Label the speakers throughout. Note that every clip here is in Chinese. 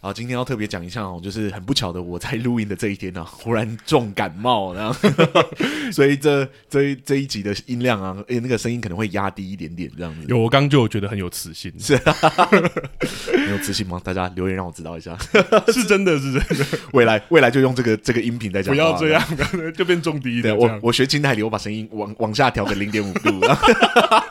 Speaker 1: 啊，今天要特别讲一下哦，就是很不巧的，我在录音的这一天呢、啊， 忽然重感冒，然后 所以这这一这一集的音量啊，诶、那个声音可能会压低一点点，这样子
Speaker 2: 有，我刚就有觉得很有磁性，是
Speaker 1: 你有自信吗？大家留言让我知道一下，
Speaker 2: 是真的，是真的，
Speaker 1: 未来未来就用这个这个音频在讲
Speaker 2: 不
Speaker 1: 话，
Speaker 2: 要这样， 就变重低一
Speaker 1: 对
Speaker 2: 点。
Speaker 1: 我我学金泰梨，我把声音往往下调个零点五度， 啊然后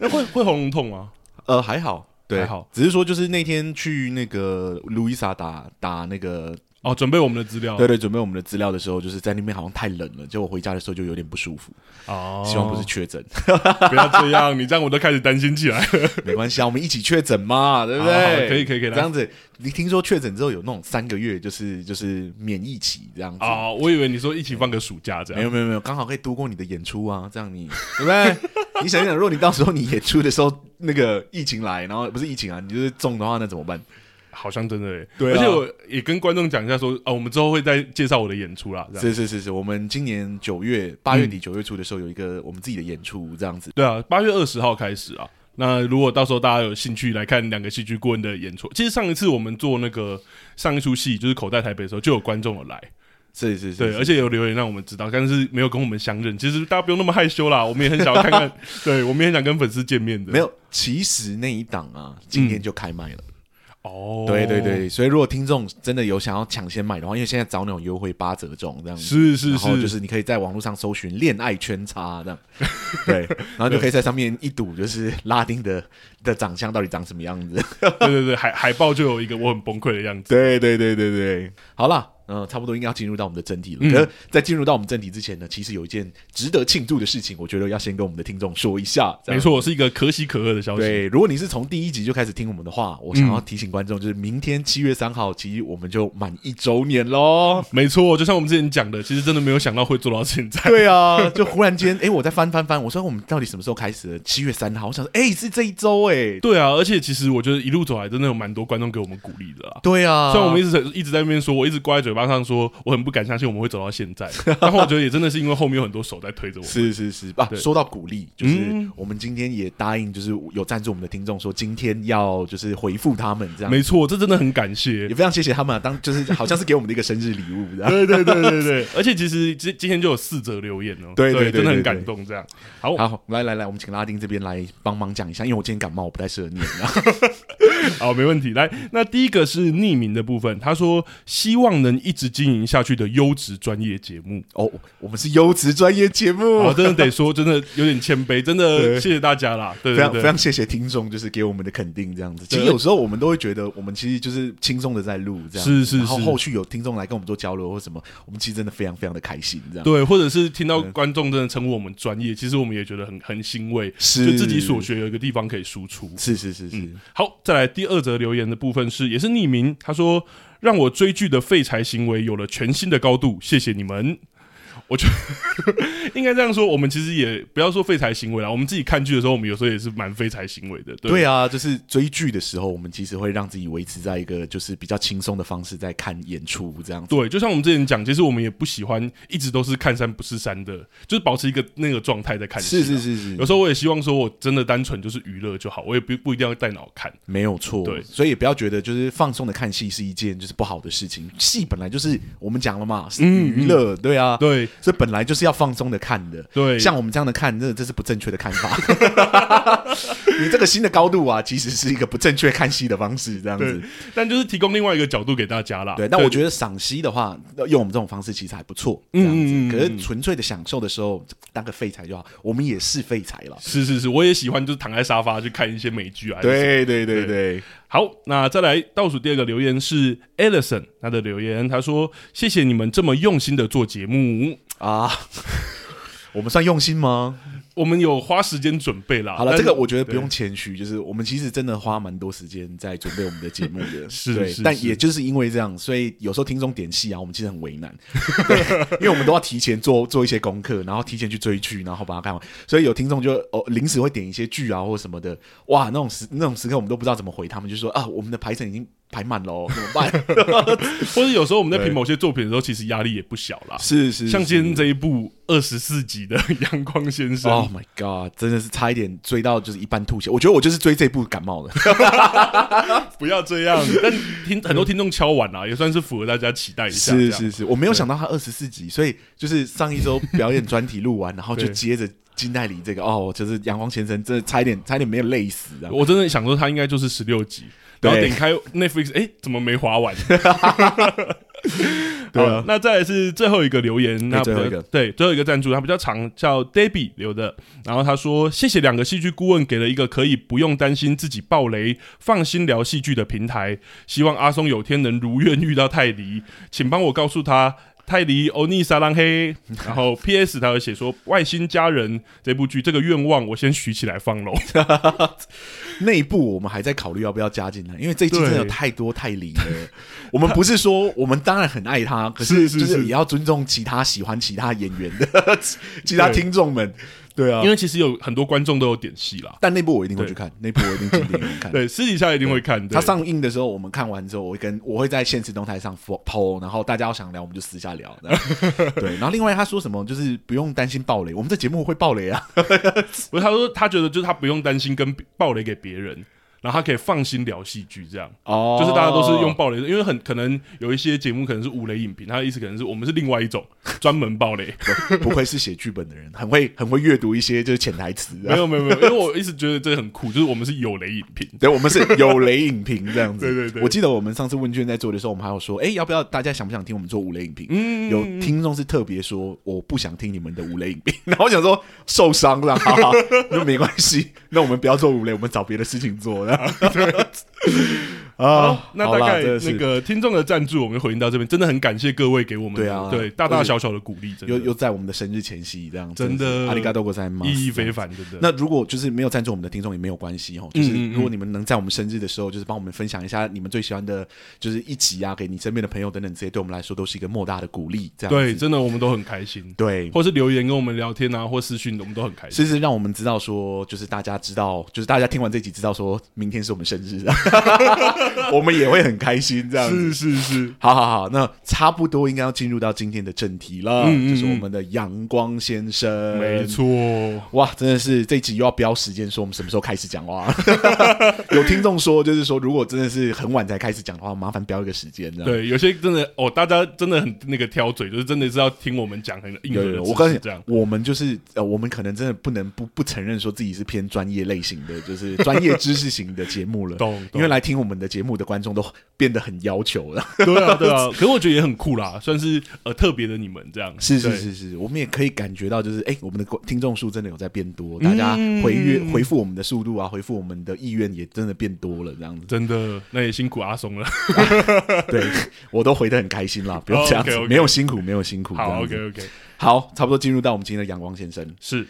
Speaker 2: 那会会喉咙痛吗？
Speaker 1: 呃，还好，对，
Speaker 2: 还好，
Speaker 1: 只是说就是那天去那个路易莎打打那个，
Speaker 2: 哦，准备我们的资料
Speaker 1: 对对，准备我们的资料的时候，就是在那边好像太冷了，结果回家的时候就有点不舒服，
Speaker 2: 哦，
Speaker 1: 希望不是确诊，
Speaker 2: 不要这样，你这样我都开始担心起来 了。
Speaker 1: 没关系啊，我们一起确诊嘛，对不
Speaker 2: 好好
Speaker 1: 对？
Speaker 2: 啊可以可以可以来
Speaker 1: 这样子，你听说确诊之后有那种三个月，就是就是免疫期这样子。
Speaker 2: 哦，我以为你说一起放个暑假这
Speaker 1: 没
Speaker 2: 样。
Speaker 1: 有没有没有，刚好可以度过你的演出啊，这样你对不对？你 想一想，如果你到时候你演出的时候那个疫情来，然后不是疫情啊，你就是中的话，那怎么办？
Speaker 2: 好像真的欸，
Speaker 1: 对啊
Speaker 2: 而且我也跟观众讲一下说，啊，我们之后会再介绍我的演出啦，这样。
Speaker 1: 是是是是，我们今年九月八月底九月初的时候有一个我们自己的演出，这样子。
Speaker 2: 对啊，八月二十号开始啊。那如果到时候大家有兴趣来看两个戏剧顾问的演出，其实上一次我们做那个上一出戏就是《口袋台北》的时候，就有观众有来，
Speaker 1: 是是是，
Speaker 2: 对，
Speaker 1: 是
Speaker 2: 而且有留言让我们知道，但是没有跟我们相认。其实大家不用那么害羞啦，我们也很想要 看看，对我们也很想跟粉丝见面的。
Speaker 1: 没有，其实那一档啊，今天就开卖了。
Speaker 2: 哦，
Speaker 1: 对对，对，所以如果听众真的有想要抢先买的话，因为现在找那种优惠八折中这样子。
Speaker 2: 是是
Speaker 1: 然后
Speaker 2: 是，
Speaker 1: 就是你可以在网络上搜寻“恋爱圈叉”这 样，对，然后就可以在上面一睹就是拉丁的的长相到底长什么样子。
Speaker 2: 对对对，海海报就有一个我很崩溃的样子。
Speaker 1: 对对对对对，嗯好啦，嗯、差不多应该要进入到我们的正题了。可是在进入到我们正题之前呢，其实有一件值得庆祝的事情，我觉得要先跟我们的听众说一下。这
Speaker 2: 没
Speaker 1: 样，
Speaker 2: 错，是一个可喜可贺的消息。
Speaker 1: 对，如果你是从第一集就开始听我们的话，我想要提醒观众，就是明天七月三号，其实我们就满一周年 喽。
Speaker 2: 没错，就像我们之前讲的，其实真的没有想到会做到现在。
Speaker 1: 对啊，就忽然间，哎、我在翻翻翻，我说我们到底什么时候开始的？七月三号，我想说，哎、是这一周哎、
Speaker 2: 对啊，而且其实我觉得一路走来，真的有蛮多观众给我们鼓励的啦。
Speaker 1: 对啊，
Speaker 2: 虽然我们一直在一直在那边说，我一直挂在嘴巴上说，我很不敢相信我们会走到现在。然后我觉得也真的是因为后面有很多手在推着我们。
Speaker 1: 是是是啊，
Speaker 2: 对
Speaker 1: 说到鼓励，就是
Speaker 2: 嗯
Speaker 1: 我们今天也答应，就是有赞助我们的听众说，今天要就是回复他们这样，
Speaker 2: 没错，这真的很感谢
Speaker 1: 也。非常谢谢他们、啊，当就是好像是给我们的一个生日礼物这样。
Speaker 2: 对对对对对，而且其实今今天就有四则留言哦，
Speaker 1: 对对对
Speaker 2: 真的
Speaker 1: 对
Speaker 2: 很
Speaker 1: 对
Speaker 2: 感动。这样，好，
Speaker 1: 好，来来来，我们请拉丁这边来帮忙讲一下，因为我今天感冒，我不太适合念。啊然后
Speaker 2: 好，没问题。来，那第一个是匿名的部分，他说希望能一直经营下去的优质专业节目。
Speaker 1: 哦，我们是优质专业节目
Speaker 2: 我，真的得说，真的有点谦卑，真
Speaker 1: 哦 对
Speaker 2: 的谢谢大家啦，对
Speaker 1: 非常
Speaker 2: 对
Speaker 1: 非
Speaker 2: 对
Speaker 1: 常。谢谢听众，就是给我们的肯定这样子。其
Speaker 2: 对
Speaker 1: 实有时候我们都会觉得，我们其实就是轻松的在录这样子，
Speaker 2: 是是
Speaker 1: 然后
Speaker 2: 是
Speaker 1: 后续有听众来跟我们做交流或什么，我们其实真的非常非常的开心这样。
Speaker 2: 对，或者是听
Speaker 1: 嗯
Speaker 2: 到观众真的称呼我们专业，其实我们也觉得很很欣慰，
Speaker 1: 是
Speaker 2: 就自己所学有一嗯个地方可以输出。
Speaker 1: 是是是是，
Speaker 2: 好，再来第二则留言的部分是，也是匿名，他说让我追剧的废柴行为有了全新的高度，谢谢你们。我觉得 应该这样说，我们其实也不要说废柴行为啦，我们自己看剧的时候，我们有时候也是蛮废柴行为的。对
Speaker 1: 对啊，就是追剧的时候，我们其实会让自己维持在一个就是比较轻松的方式在看演出这样子。
Speaker 2: 对，就像我们之前讲，其实我们也不喜欢一直都是看山不是山的，就是保持一个那个状态在看戏
Speaker 1: 是
Speaker 2: 啦。
Speaker 1: 是是是
Speaker 2: 有，时候我也希望说，我真的单纯就是娱乐就好，我也不不一定要带脑看。
Speaker 1: 没有错。
Speaker 2: 对
Speaker 1: 所以也不要觉得就是放松的看戏是一件就是不好的事情。戏本来就是我们讲了嘛，
Speaker 2: 嗯
Speaker 1: 是娱乐，对啊，
Speaker 2: 对
Speaker 1: 所以本来就是要放松的看的。
Speaker 2: 对，
Speaker 1: 像我们这样的看，这这是不正确的看法。 你这个新的高度啊，其实是一个不正确看戏的方式，这样子。
Speaker 2: 但就是提供另外一个角度给大家啦。
Speaker 1: 对，但我觉得赏析的话，呃用我们这种方式其实还不错，这
Speaker 2: 嗯
Speaker 1: 样子。
Speaker 2: 嗯嗯
Speaker 1: 可是纯粹的享受的时候，当个废材就好。我们也是废材了。
Speaker 2: 是是是，我也喜欢就是躺在沙发去看一些美剧啊。还是什么，
Speaker 1: 对对对
Speaker 2: 对
Speaker 1: 对，
Speaker 2: 好，那再来倒数第二个留言是 Alison 他的留言，他说 谢谢你们这么用心的做节目，
Speaker 1: 啊，我们算用心吗？
Speaker 2: 我们有花时间准备啦。
Speaker 1: 好了，
Speaker 2: 但
Speaker 1: 这个我觉得不用谦虚，就是我们其实真的花蛮多时间在准备我们的节目的，
Speaker 2: 是
Speaker 1: 对
Speaker 2: 是
Speaker 1: 但
Speaker 2: 是
Speaker 1: 也就是因为这样，所以有时候听众点戏啊，我们其实很为难， 对因为我们都要提前做做一些功课，然后提前去追剧，然后把它看完。所以有听众就哦临时会点一些剧啊或什么的，哇，那种时那种时刻我们都不知道怎么回他们，就说啊，我们的排程已经排满喽，怎么 办？
Speaker 2: 或者有时候我们在评
Speaker 1: 对
Speaker 2: 某些作品的时候，其实压力也不小啦。
Speaker 1: 是是，
Speaker 2: 像
Speaker 1: 是
Speaker 2: 今天这一部二十四集的《阳光先生》
Speaker 1: Oh my god！真的是差一点追到，就是一半吐血。我觉得我就是追这部感冒了。
Speaker 2: 不要这样。但听很多听众敲碗啦，也算是符合大家期待一下。
Speaker 1: 是
Speaker 2: 这样
Speaker 1: 是是，我没有想到他二十四集，所以就是上一周表演专题录完，然后就
Speaker 2: 对
Speaker 1: 接着金代理这个哦，就是阳光先生，真的差一点差一点没有累死啊！
Speaker 2: 我真的想说，他应该就是十六集，
Speaker 1: 对啊
Speaker 2: 然后点开 Netflix，哎、怎么没划 完？
Speaker 1: 对啊
Speaker 2: 好那再来是最后一个留言，那
Speaker 1: 最后
Speaker 2: 比较
Speaker 1: 一个
Speaker 2: 对最后一个赞助，他比较长，叫 Debbie 留的。然后他说：“谢谢两个戏剧顾问给了一个可以不用担心自己爆雷、放心聊戏剧的平台。希望阿松有天能如愿遇到泰迪，请帮我告诉他。” 泰迪欧尼撒浪嘿，然后 P.S. 他有写说《外星家人》这部剧，这个愿望我先许起来放喽。
Speaker 1: 那一部我们还在考虑要不要加进来，因为这一季
Speaker 2: 对
Speaker 1: 真的有太多太离了。 我们不是说我们当然很爱他，可
Speaker 2: 是是
Speaker 1: 就是是也要尊重其他喜欢其他演员的 其他
Speaker 2: 对
Speaker 1: 听众们。对啊
Speaker 2: 因，为其实有很多观众都有点戏啦，
Speaker 1: 但那部我一定会
Speaker 2: 对
Speaker 1: 去看，那部我一定进电影院看。
Speaker 2: 对，私底下一定会看。对
Speaker 1: 它嗯上映的时候，我们看完之后，我会跟我会在现实动态上 fo- po，然后大家要想聊，我们就私下聊。这 样对，然后另外他说什么，就是不用担心爆雷，我们这节目会爆雷啊。
Speaker 2: 不是他说他觉得就是他不用担心跟暴雷给别人，然后他可以放心聊戏剧这样。
Speaker 1: 哦
Speaker 2: 就是大家都是 用暴雷，因为很可能有一些节目可能是五雷影评，他的意思可能是我们是另外一种专门 暴雷。
Speaker 1: 不愧是写剧本的人，很会很会阅读一些就是潜台词
Speaker 2: 没
Speaker 1: 啊。
Speaker 2: 有没有没有，因为我一直觉得这很酷，就是我们是有雷影评。
Speaker 1: 对，我们是有雷影评这样子。
Speaker 2: 对对对
Speaker 1: 我记得我们上次问卷在做的时候，我们还有说，哎，要不要大家想不想听我们做五雷影评？
Speaker 2: 嗯
Speaker 1: 有听众是特别说我不想听你们的五雷影评， 然后我想说受伤了，好好， 那没关系，那我们不要做五雷，我们找别的事情 做啊了。 啊
Speaker 2: 好，那
Speaker 1: 哦好
Speaker 2: 大
Speaker 1: 啦
Speaker 2: 概
Speaker 1: 真的
Speaker 2: 那
Speaker 1: 是
Speaker 2: 个听众的赞助，我们就回应到这边，真的很感谢各位给我们
Speaker 1: 对啊
Speaker 2: 对大大
Speaker 1: 而且
Speaker 2: 小小的鼓励，真
Speaker 1: 又又
Speaker 2: 的
Speaker 1: 在我们的生日前夕这样，
Speaker 2: 真的
Speaker 1: 阿里嘎多国在吗？
Speaker 2: 意义非凡，真的。
Speaker 1: 那如果就是没有赞助我们的听众也没有关系哦，就
Speaker 2: 嗯嗯
Speaker 1: 是
Speaker 2: 嗯
Speaker 1: 如果你们能在我们生日的时候，就是帮我们分享一下你们最喜欢的，就是一集啊，给你身边的朋友等等这些，对我们来说都是一个莫大的鼓励。这样
Speaker 2: 对，
Speaker 1: 子
Speaker 2: 真的我们都很开心，
Speaker 1: 对，
Speaker 2: 或是留言跟我们聊天啊，或私讯，我们都很开心。
Speaker 1: 甚至让我们知道说，就是大家知道，就是大家听完这集知道说明天是我们生日 啊，我们也会很开心这样子。
Speaker 2: 是是，
Speaker 1: 好好好，那差不多应该要进入到今天的正题了，
Speaker 2: 嗯嗯
Speaker 1: 就是我
Speaker 2: 嗯
Speaker 1: 们的阳光先生。
Speaker 2: 没错。
Speaker 1: 哇，真的是这一集又要标时间，说我们什么时候开始讲 话。有听众说，就是说，如果真的是很晚才开始讲的话，麻烦标一个时间。这样，
Speaker 2: 对，有些真的哦，大家真的很那个挑嘴，就是真的是要听我们讲很硬
Speaker 1: 有
Speaker 2: 核
Speaker 1: 有
Speaker 2: 的
Speaker 1: 有，
Speaker 2: 知识
Speaker 1: 我跟你
Speaker 2: 这样
Speaker 1: 讲，我们就是呃，我们可能真的不能不不承认说自己是偏专业类型的，就是专业知识型的节目了。
Speaker 2: 懂懂
Speaker 1: 因为来听我们的节目的观众都变得很要求了。
Speaker 2: 对啊对啊，可是我觉得也很酷啦，算是呃特别的你们这样，
Speaker 1: 是是
Speaker 2: 对，
Speaker 1: 是是，我们也可以感觉到，就是哎、我们的观听众数真的有在变多，
Speaker 2: 嗯
Speaker 1: 大家回阅、回复我们的速度啊，回复我们的意愿也真的变多了，这样子。
Speaker 2: 真的，那也辛苦阿松了。
Speaker 1: 对我都回得很开心啦，不用这样子，
Speaker 2: 哦，OK，OK
Speaker 1: 没有辛苦，没有辛苦。
Speaker 2: 好
Speaker 1: 这样子
Speaker 2: ，OK OK，
Speaker 1: 好，差不多进入到我们今天的阳光先生
Speaker 2: 是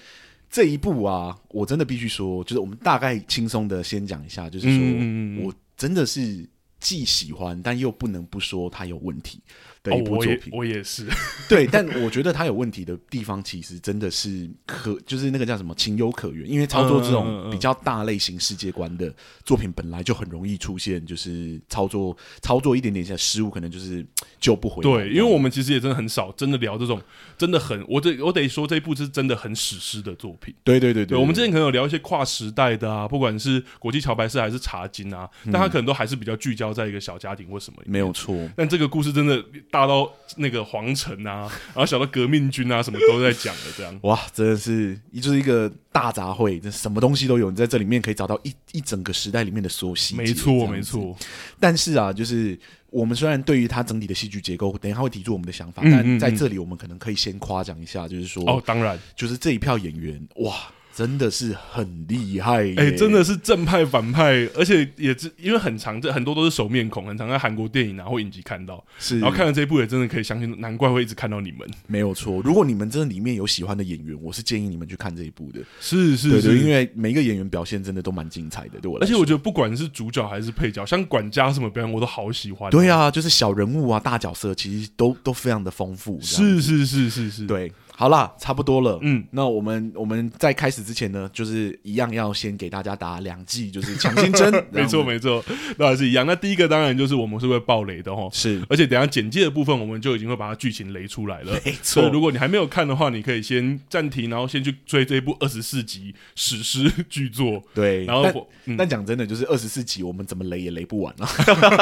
Speaker 1: 这一步啊，我真的必须说，就是我们大概轻松的先讲一下，就是说、
Speaker 2: 嗯嗯嗯嗯
Speaker 1: 我真的是既喜欢，但又不能不说它有问题的
Speaker 2: 哦
Speaker 1: 一，部
Speaker 2: 我
Speaker 1: 作
Speaker 2: 也
Speaker 1: 品。
Speaker 2: 我也是，
Speaker 1: 对，但我觉得它有问题的地方，其实真的是可，就是那个叫什么情有可原，因为操作这
Speaker 2: 嗯嗯嗯
Speaker 1: 种比较大类型世界观的作品，本来就很容易出现，就是操作操作一点点小失误，可能就是救不回来。
Speaker 2: 对，因为我们其实也真的很少真的聊这种真的很，我这我得说这一部是真的很史诗的作品。
Speaker 1: 对对对
Speaker 2: 对，我们之前可能有聊一些跨时代的啊，不管是国际桥牌社还是茶金啊，
Speaker 1: 嗯
Speaker 2: 但他可能都还是比较聚焦在一个小家庭或什么里面
Speaker 1: 没有错，。
Speaker 2: 但这个故事真的大到那个皇城啊，然后小到革命军啊，什么都在讲的这样
Speaker 1: 哇，真的是就是一个大杂烩，这什么东西都有，你在这里面可以找到一一整个时代里面的所有细节。
Speaker 2: 没
Speaker 1: 这
Speaker 2: 错，
Speaker 1: 样
Speaker 2: 没
Speaker 1: 子
Speaker 2: 错，
Speaker 1: 但是啊，就是我们虽然对于它整体的戏剧结构，等一下会提出我们的想法，
Speaker 2: 嗯嗯哦
Speaker 1: 但在这里我们可能可以先夸奖一下，就是说，
Speaker 2: 哦，当然，
Speaker 1: 就是这一票演员哇，真的是很厉害耶，
Speaker 2: 哎、真的是正派反派，而且也是因为很常，这很多都是熟面孔，很常在韩国电影然后影集看到，
Speaker 1: 是
Speaker 2: 然后看了这一部也真的可以相信，难怪会一直看到你们。
Speaker 1: 没有错。如果你们真的里面有喜欢的演员，我是建议你们去看这一部的，
Speaker 2: 是是
Speaker 1: 对
Speaker 2: 是，
Speaker 1: 对，因为每一个演员表现真的都蛮精彩的，对我来
Speaker 2: 而且
Speaker 1: 说。
Speaker 2: 我觉得不管是主角还是配角，像管家什么表演我都好喜欢。
Speaker 1: 对，啊，就是小人物啊、大角色，其实都都非常的丰富。这样，
Speaker 2: 是是是是是，，
Speaker 1: 对，好啦，差不多了。
Speaker 2: 嗯，。
Speaker 1: 那我们我们在开始之前呢，就是一样要先给大家打两剂，就是强心针
Speaker 2: 没错
Speaker 1: 错，
Speaker 2: 没错，那还是一样。那第一个当然就是我们是会爆雷的哈，
Speaker 1: 是
Speaker 2: 而且等一下简介的部分我们就已经会把它剧情雷出来了。
Speaker 1: 没
Speaker 2: 所以
Speaker 1: 错。
Speaker 2: 如果你还没有看的话，你可以先暂停，然后先去追这一 部二十四集史诗巨作。
Speaker 1: 对，
Speaker 2: 然后
Speaker 1: 但
Speaker 2: 我，嗯，
Speaker 1: 但讲真的，就是二十四集，我们怎么雷也雷不完 啊。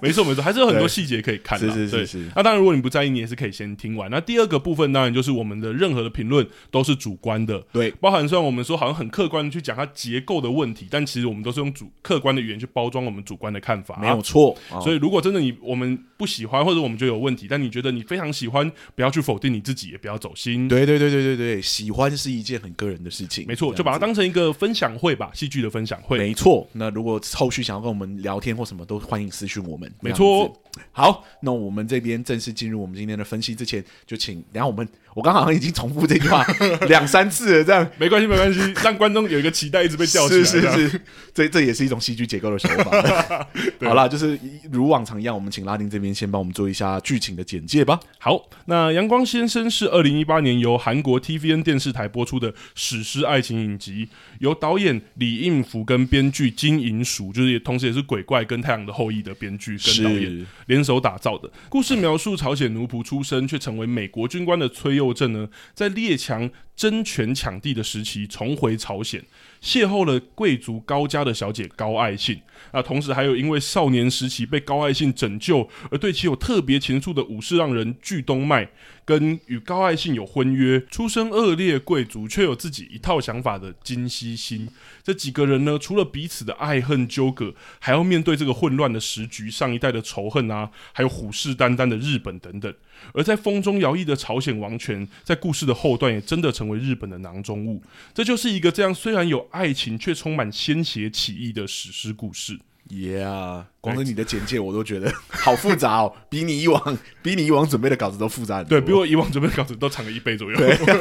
Speaker 2: 没错没错，还是有很多
Speaker 1: 对
Speaker 2: 细节可以看啦。
Speaker 1: 是是是
Speaker 2: 对
Speaker 1: 是
Speaker 2: 那当然，如果你不在意，你也是可以先听完。那第二个部分当然就是我们的任何的评论都是主观的，
Speaker 1: 对，
Speaker 2: 包含虽然我们说好像很客观的去讲它结构的问题，但其实我们都是用主客观的语言去包装我们主观的看法。
Speaker 1: 没有。错。啊
Speaker 2: 所以，如果真的你我们不喜欢，或者我们觉得有问题，但你觉得你非常喜欢，不要去否定你自己，也不要走心。
Speaker 1: 对对对对对对，喜欢是一件很个人的事情。
Speaker 2: 没错，
Speaker 1: 这样
Speaker 2: 就把它
Speaker 1: 子
Speaker 2: 当成一个分享会吧，戏剧的分享会。
Speaker 1: 没错。那如果后续想要跟我们聊天或什么，都欢迎私讯我们。
Speaker 2: 没
Speaker 1: 这
Speaker 2: 错哦
Speaker 1: 样子。好，那我们这边正式进入我们今天的分析之前，就请，等一下我们我刚好像已经重复这句 话两三次了，这样
Speaker 2: 没关系，没关系，让观众有一个期待一直被吊起来。
Speaker 1: 是
Speaker 2: 这样
Speaker 1: 是是，这这也是一种戏剧结构的手法。 好啦，就是一如往常一样，我们请拉丁这边先帮我们做一下剧情的简介吧。
Speaker 2: 好，那《阳光先生》是二零一八年由韩国 TVN 电视台播出的史诗爱情影集，由导演李应福跟编剧金银淑，就是也同时也是《鬼怪》跟《太阳的后裔》的编剧跟导演
Speaker 1: 是
Speaker 2: 联手打造的。故事描述朝鲜奴仆出身却成为美国军官的崔佑镇呢，在列强争权抢地的时期重回朝鲜，邂逅了贵族高家的小姐高爱信。那同时还有因为少年时期被高爱信拯救而对其有特别情愫的武士让人巨东迈，跟与高爱信有婚约、出身恶劣贵族却有自己一套想法的金熙熙。这几个人呢，除了彼此的爱恨纠葛，还要面对这个混乱的时局、上一代的仇恨啊，还有虎视眈眈的日本等等。而在风中摇曳的朝鲜王权，在故事的后段也真的成为日本的囊中物。这就是一个这样虽然有爱情，却充满鲜血起义的史诗故事。
Speaker 1: Yeah，光
Speaker 2: 哎
Speaker 1: 是你的简介我都觉得 好复杂哦，比你以往比你以往准备的稿子都复杂很多。
Speaker 2: 对比我以往准备的稿子都长了一倍左右。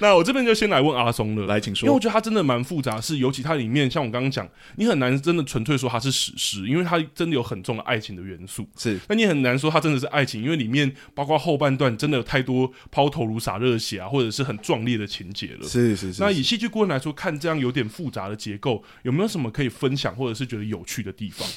Speaker 2: 那我这边就先来问阿松了，
Speaker 1: 来，请
Speaker 2: 因为我
Speaker 1: 说。
Speaker 2: 觉得它真的蛮复杂，是尤其它里面像我刚刚讲，你很难真的纯粹说它是史诗，因为它真的有很重的爱情的元素。
Speaker 1: 是
Speaker 2: 那你很难说它真的是爱情，因为里面包括后半段真的有太多抛头颅洒热血啊，或者是很壮烈的情节了。
Speaker 1: 是是是，
Speaker 2: 那以戏剧顾问来说，看这样有点复杂的结构，有没有什么可以分享或者是觉得有趣的地方？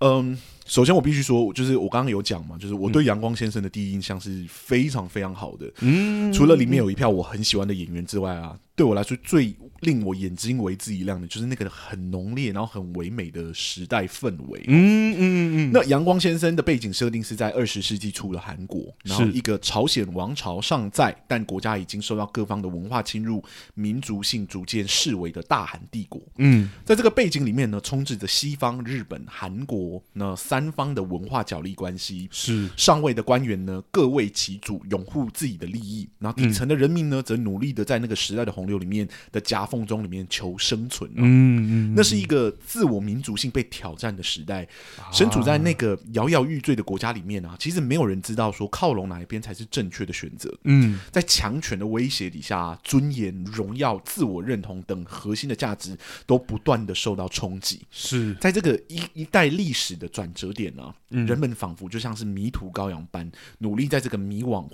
Speaker 1: 嗯，首先我必须说，就是我刚刚有讲嘛，就是我对阳光先生的第一印象是非常非常好的。
Speaker 2: 嗯，
Speaker 1: 除了里面有一票我很喜欢的演员之外啊，对我来说最令我眼睛为之一亮的，就是那个很浓烈然后很唯美的时代氛围。
Speaker 2: 嗯嗯嗯，
Speaker 1: 那阳光先生的背景设定是在二十世纪初的韩国，然后
Speaker 2: 是
Speaker 1: 一个朝鲜王朝尚在，但国家已经受到各方的文化侵入、民族性逐渐式微的大韩帝国。
Speaker 2: 嗯
Speaker 1: 在这个背景里面呢，充斥着西方、日本、韩国那三方的文化角力关系。
Speaker 2: 是
Speaker 1: 上位的官员呢，各为其主，拥护自己的利益；然后底层的人民呢，则努力的在那个时代的洪流里面的夹缝中里面求生存啊、
Speaker 2: 嗯嗯，
Speaker 1: 那是一个自我民族性被挑战的时代，身处在那个摇摇欲坠的国家里面啊，其实没有人知道说靠拢哪一边才是正确的选择。
Speaker 2: 嗯
Speaker 1: 在强权的威胁底下，尊严、荣耀、自我认同等核心的价值都不断的受到冲击。
Speaker 2: 是
Speaker 1: 在这个一一代历史的转折点啊，人们仿佛就像是迷途羔羊般，努力在这个迷惘、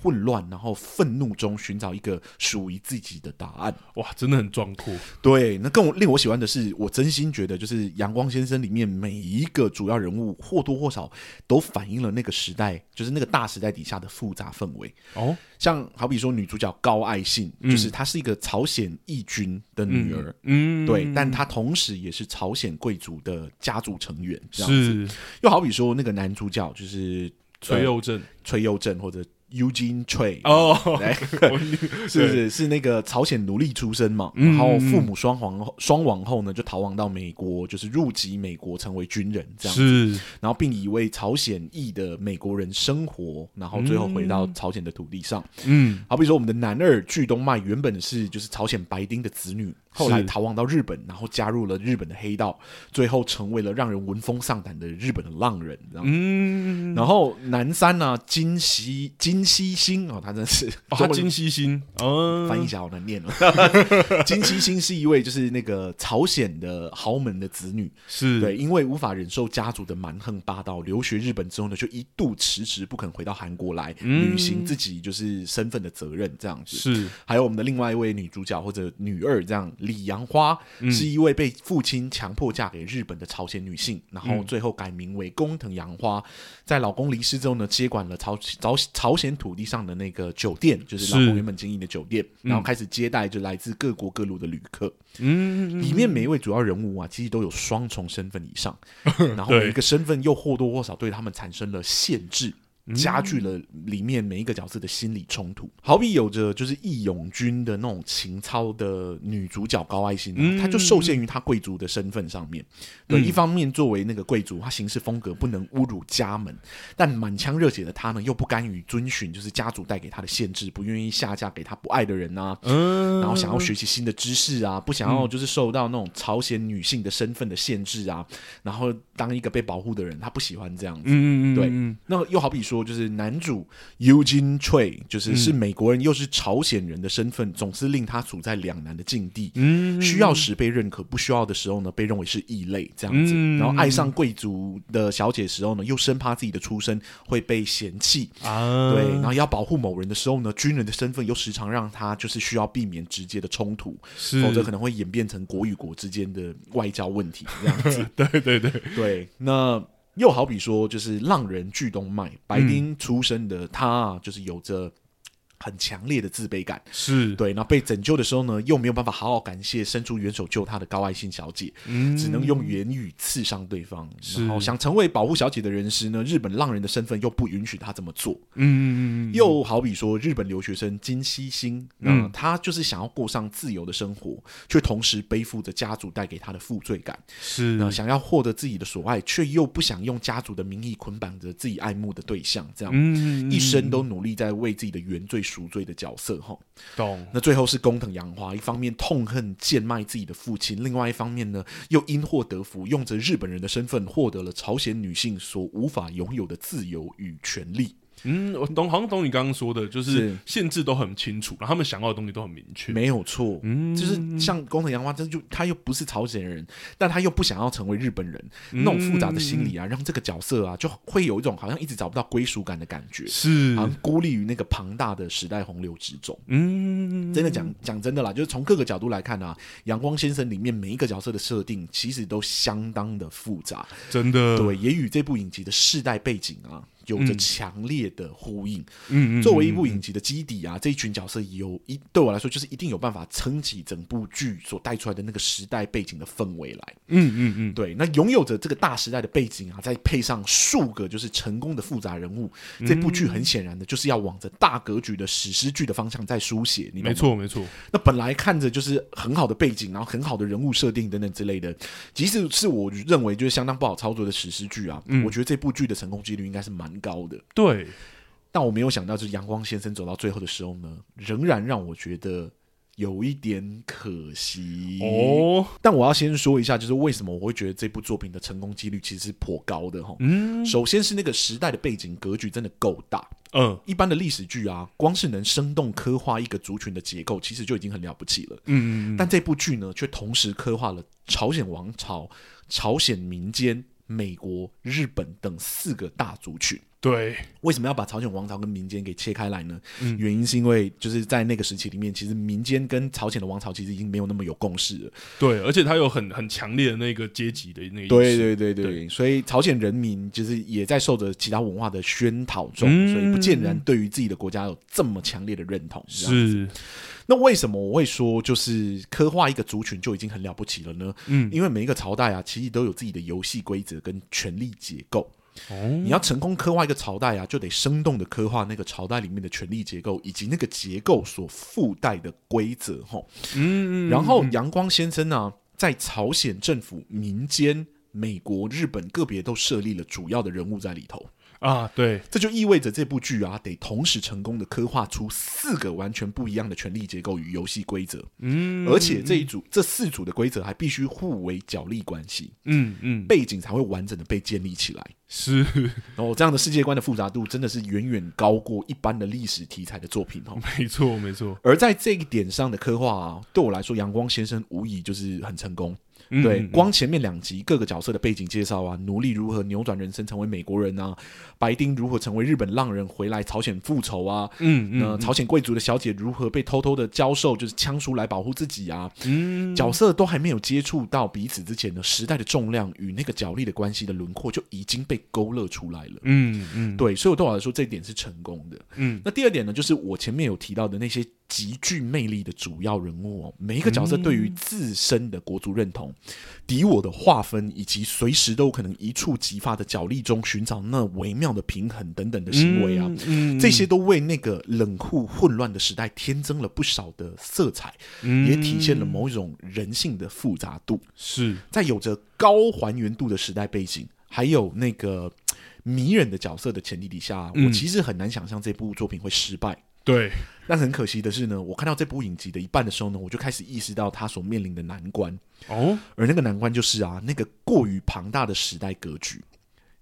Speaker 1: 混乱，然后愤怒中寻找一个属于自己的答案。
Speaker 2: 哇，真的很壮阔。
Speaker 1: 对，那更令我喜欢的是，我真心觉得就是《阳光先生》里面每一个主要人物或多或少都反映了那个时代，就是那个大时代底下的复杂氛围。
Speaker 2: 哦，
Speaker 1: 像好比说女主角高爱信，就是她是一个朝鲜义军的女儿，
Speaker 2: 嗯，
Speaker 1: 对，但她同时也是朝鲜贵族的家族成员。这样，
Speaker 2: 是
Speaker 1: 又好比说那个男主角就是呃
Speaker 2: 崔佑镇，
Speaker 1: 崔佑镇或者 Eugene Choi
Speaker 2: 哦，
Speaker 1: 来
Speaker 2: 我
Speaker 1: 是不是是那个朝鲜奴隶出身嘛？
Speaker 2: 嗯
Speaker 1: 然后父母双皇后双亡后呢，就逃亡到美国，就是入籍美国成为军人这样子。
Speaker 2: 是
Speaker 1: 然后并以一位朝鲜裔的美国人生活，然后最后回到朝鲜的土地上。
Speaker 2: 嗯
Speaker 1: 好比说，我们的男二巨东迈原本是就是朝鲜白丁的子女，后来逃亡到日本，然后加入了日本的黑道，最后成为了让人闻风丧胆的日本的浪人。这样
Speaker 2: 嗯，
Speaker 1: 然后男三呢、金熙金熙星哦，他真的是
Speaker 2: 哦
Speaker 1: 中
Speaker 2: 他
Speaker 1: 文
Speaker 2: 金熙星，嗯，
Speaker 1: 翻译一下好难念哦。 金熙星是一位就是那个朝鲜的豪门的子女，
Speaker 2: 是
Speaker 1: 对，因为无法忍受家族的蛮横霸道，留学日本之后呢，就一度迟迟不肯回到韩国来
Speaker 2: 嗯
Speaker 1: 履行自己就是身份的责任，这样子。
Speaker 2: 是
Speaker 1: 还有我们的另外一位女主角或者女二，这样李杨花、是一位被父亲强迫嫁给日本的朝鲜女性，然后最后改名为工藤杨花。在老公离世之后呢，接管了朝朝朝鲜土地上的那个酒店，就是老
Speaker 2: 是
Speaker 1: 公原本经营的酒店，然后开始接待就来自各国各路的旅客。
Speaker 2: 嗯
Speaker 1: 里面每一位主要人物啊，其实都有双重身份以上，然后每一个身份又或多或少对他们产生了限制。加剧了里面每一个角色的心理冲突，好比有着就是义勇军的那种情操的女主角高爱心、啊，她就受限于她贵族的身份上面。对，一方面作为那个贵族，她行事风格不能侮辱家门，但满腔热血的她呢，又不甘于遵循就是家族带给她的限制，不愿意下嫁给她不爱的人啊，
Speaker 2: 嗯，
Speaker 1: 然后想要学习新的知识啊，不想要就是受到那种朝鲜女性的身份的限制啊，然后当一个被保护的人，他不喜欢这样子。
Speaker 2: 嗯嗯嗯，
Speaker 1: 对
Speaker 2: 嗯
Speaker 1: 那又好比说，就是男主 Eugene Choi，就是
Speaker 2: 嗯
Speaker 1: 是美国人又是朝鲜人的身份，总是令他处在两难的境地。
Speaker 2: 嗯
Speaker 1: 需要时被认可，不需要的时候呢，被认为是异类这样子。
Speaker 2: 嗯
Speaker 1: 然后爱上贵族的小姐时候呢，又生怕自己的出身会被嫌弃。
Speaker 2: 啊，
Speaker 1: 对，然后要保护某人的时候呢，军人的身份又时常让他就是需要避免直接的冲突。
Speaker 2: 是
Speaker 1: 否则可能会演变成国与国之间的外交问 题这样子。
Speaker 2: 对对对，
Speaker 1: 对，那又好比说，就是浪人巨东迈白丁出身的他、啊，就是有着。很强烈的自卑感，
Speaker 2: 是，
Speaker 1: 对，那被拯救的时候呢，又没有办法好好感谢伸出援手救他的高爱心小姐，
Speaker 2: 嗯
Speaker 1: 只能用言语刺伤对方。
Speaker 2: 是
Speaker 1: 然后想成为保护小姐的人时呢，日本浪人的身份又不允许他这么做。
Speaker 2: 嗯嗯嗯，
Speaker 1: 又好比说，日本留学生金熙星，
Speaker 2: 嗯
Speaker 1: 嗯，他就是想要过上自由的生活，却同时背负着家族带给他的负罪感。
Speaker 2: 是
Speaker 1: 那想要获得自己的所爱，却又不想用家族的名义捆绑着自己爱慕的对象，这样、
Speaker 2: 嗯
Speaker 1: 一生都努力在为自己的原罪赎罪的角色哈。
Speaker 2: 懂，
Speaker 1: 那最后是工藤洋花，一方面痛恨贱卖自己的父亲，另外一方面呢，又因祸得福，用着日本人的身份获得了朝鲜女性所无法拥有的自由与权利。
Speaker 2: 嗯，我懂，好像懂你刚刚说的，就是
Speaker 1: 是
Speaker 2: 限制都很清楚，然后他们想要的东西都很明确，
Speaker 1: 没有错，
Speaker 2: 嗯
Speaker 1: 就是像工藤洋花，这就他又不是朝鲜人，但他又不想要成为日本人，
Speaker 2: 嗯
Speaker 1: 那种复杂的心理啊，让这个角色啊，就会有一种好像一直找不到归属感的感觉，
Speaker 2: 是，
Speaker 1: 好像孤立于那个庞大的时代洪流之中。
Speaker 2: 嗯，
Speaker 1: 真的讲讲真的啦，就是从各个角度来看啊，《阳光先生》里面每一个角色的设定其实都相当的复杂，
Speaker 2: 真的，
Speaker 1: 对，也与这部影集的世代背景啊有
Speaker 2: 嗯
Speaker 1: 着强烈的呼应。
Speaker 2: 嗯，嗯嗯，
Speaker 1: 作为一部影集的基底啊，这一群角色有一对我来说就是一定有办法撑起整部剧所带出来的那个时代背景的氛围来。
Speaker 2: 嗯嗯嗯，
Speaker 1: 对，那拥有着这个大时代的背景啊，再配上数个就是成功的复杂人物，
Speaker 2: 嗯
Speaker 1: 这部剧很显然的就是要往着大格局的史诗剧的方向在书写。你懂吗
Speaker 2: 没，错没错，
Speaker 1: 那本来看着就是很好的背景，然后很好的人物设定等等之类的，即使是我认为就是相当不好操作的史诗剧啊，
Speaker 2: 嗯
Speaker 1: 我觉得这部剧的成功几率应该是蛮高的。
Speaker 2: 对，
Speaker 1: 但我没有想到，就是阳光先生走到最后的时候呢，仍然让我觉得有一点可惜。
Speaker 2: 哦，
Speaker 1: 但我要先说一下，就是为什么我会觉得这部作品的成功几率其实是颇高的哈。
Speaker 2: 嗯
Speaker 1: 首先是那个时代的背景格局真的够大，
Speaker 2: 嗯
Speaker 1: 一般的历史剧啊，光是能生动刻画一个族群的结构，其实就已经很了不起了。
Speaker 2: 嗯，嗯
Speaker 1: 但这部剧呢，却同时刻画了朝鲜王朝、朝鲜民间、美国、日本等四个大族群。
Speaker 2: 对，
Speaker 1: 为什么要把朝鲜王朝跟民间给切开来呢？原因是因为就是在那个时期里面，其实民间跟朝鲜的王朝其实已经没有那么有共识了。
Speaker 2: 对，而且他有很很强烈的那个阶级的那个意识
Speaker 1: 对对对对，所以朝鲜人民就是也在受着其他文化的熏陶中，
Speaker 2: 嗯
Speaker 1: 所以不见然对于自己的国家有这么强烈的认同。这样
Speaker 2: 是，
Speaker 1: 那为什么我会说就是刻画一个族群就已经很了不起了呢？
Speaker 2: 嗯，
Speaker 1: 因为每一个朝代啊，其实都有自己的游戏规则跟权力结构。
Speaker 2: 哦
Speaker 1: 你
Speaker 2: 嗯
Speaker 1: 要成功刻画一个朝代啊，就得生动的刻画那个朝代里面的权力结构以及那个结构所附带的规则吼。
Speaker 2: 嗯，
Speaker 1: 然后阳光先生呢、在朝鲜政府、民间、美国、日本个别都设立了主要的人物在里头。
Speaker 2: 啊，对，
Speaker 1: 这就意味着这部剧啊，得同时成功的刻画出四个完全不一样的权力结构与游戏规则，
Speaker 2: 嗯，
Speaker 1: 而且这一组这四组的规则还必须互为角力关系，
Speaker 2: 嗯嗯
Speaker 1: 背景才会完整的被建立起来。
Speaker 2: 是，
Speaker 1: 然后这样的世界观的复杂度真的是远远高过一般的历史题材的作品哦。
Speaker 2: 没错没错，
Speaker 1: 而在这一点上的刻画啊，对我来说，《阳光先生》无疑就是很成功。
Speaker 2: 嗯
Speaker 1: 对，
Speaker 2: 嗯
Speaker 1: 光前面两集各个角色的背景介绍啊，奴隶如何扭转人生成为美国人啊，白丁如何成为日本浪人回来朝鲜复仇啊，
Speaker 2: 嗯嗯
Speaker 1: 那朝鲜贵族的小姐如何被偷偷的教授就是枪术来保护自己啊，
Speaker 2: 嗯，
Speaker 1: 角色都还没有接触到彼此之前呢，时代的重量与那个角力的关系的轮廓就已经被勾勒出来了。
Speaker 2: 嗯嗯
Speaker 1: 对，所以对我来说这一点是成功的。
Speaker 2: 嗯，
Speaker 1: 那第二点呢，就是我前面有提到的那些极具魅力的主要人物哦，每一个角色对于自身的国族认同、敌我的划分，以及随时都有可能一触即发的角力中寻找那微妙的平衡等等的行为啊。
Speaker 2: 嗯，嗯
Speaker 1: 这些都为那个冷酷混乱的时代添增了不少的色彩，
Speaker 2: 嗯
Speaker 1: 也体现了某一种人性的复杂度。
Speaker 2: 是
Speaker 1: 在有着高还原度的时代背景，还有那个嘖迷人的角色的前提底下，
Speaker 2: 嗯
Speaker 1: 我其实很难想象这部作品会失败。
Speaker 2: 对，
Speaker 1: 但很可惜的是呢，我看到这部影集的一半的时候呢，我就开始意识到它所面临的难关，
Speaker 2: 哦，
Speaker 1: 而那个难关就是啊，那个过于庞大的时代格局，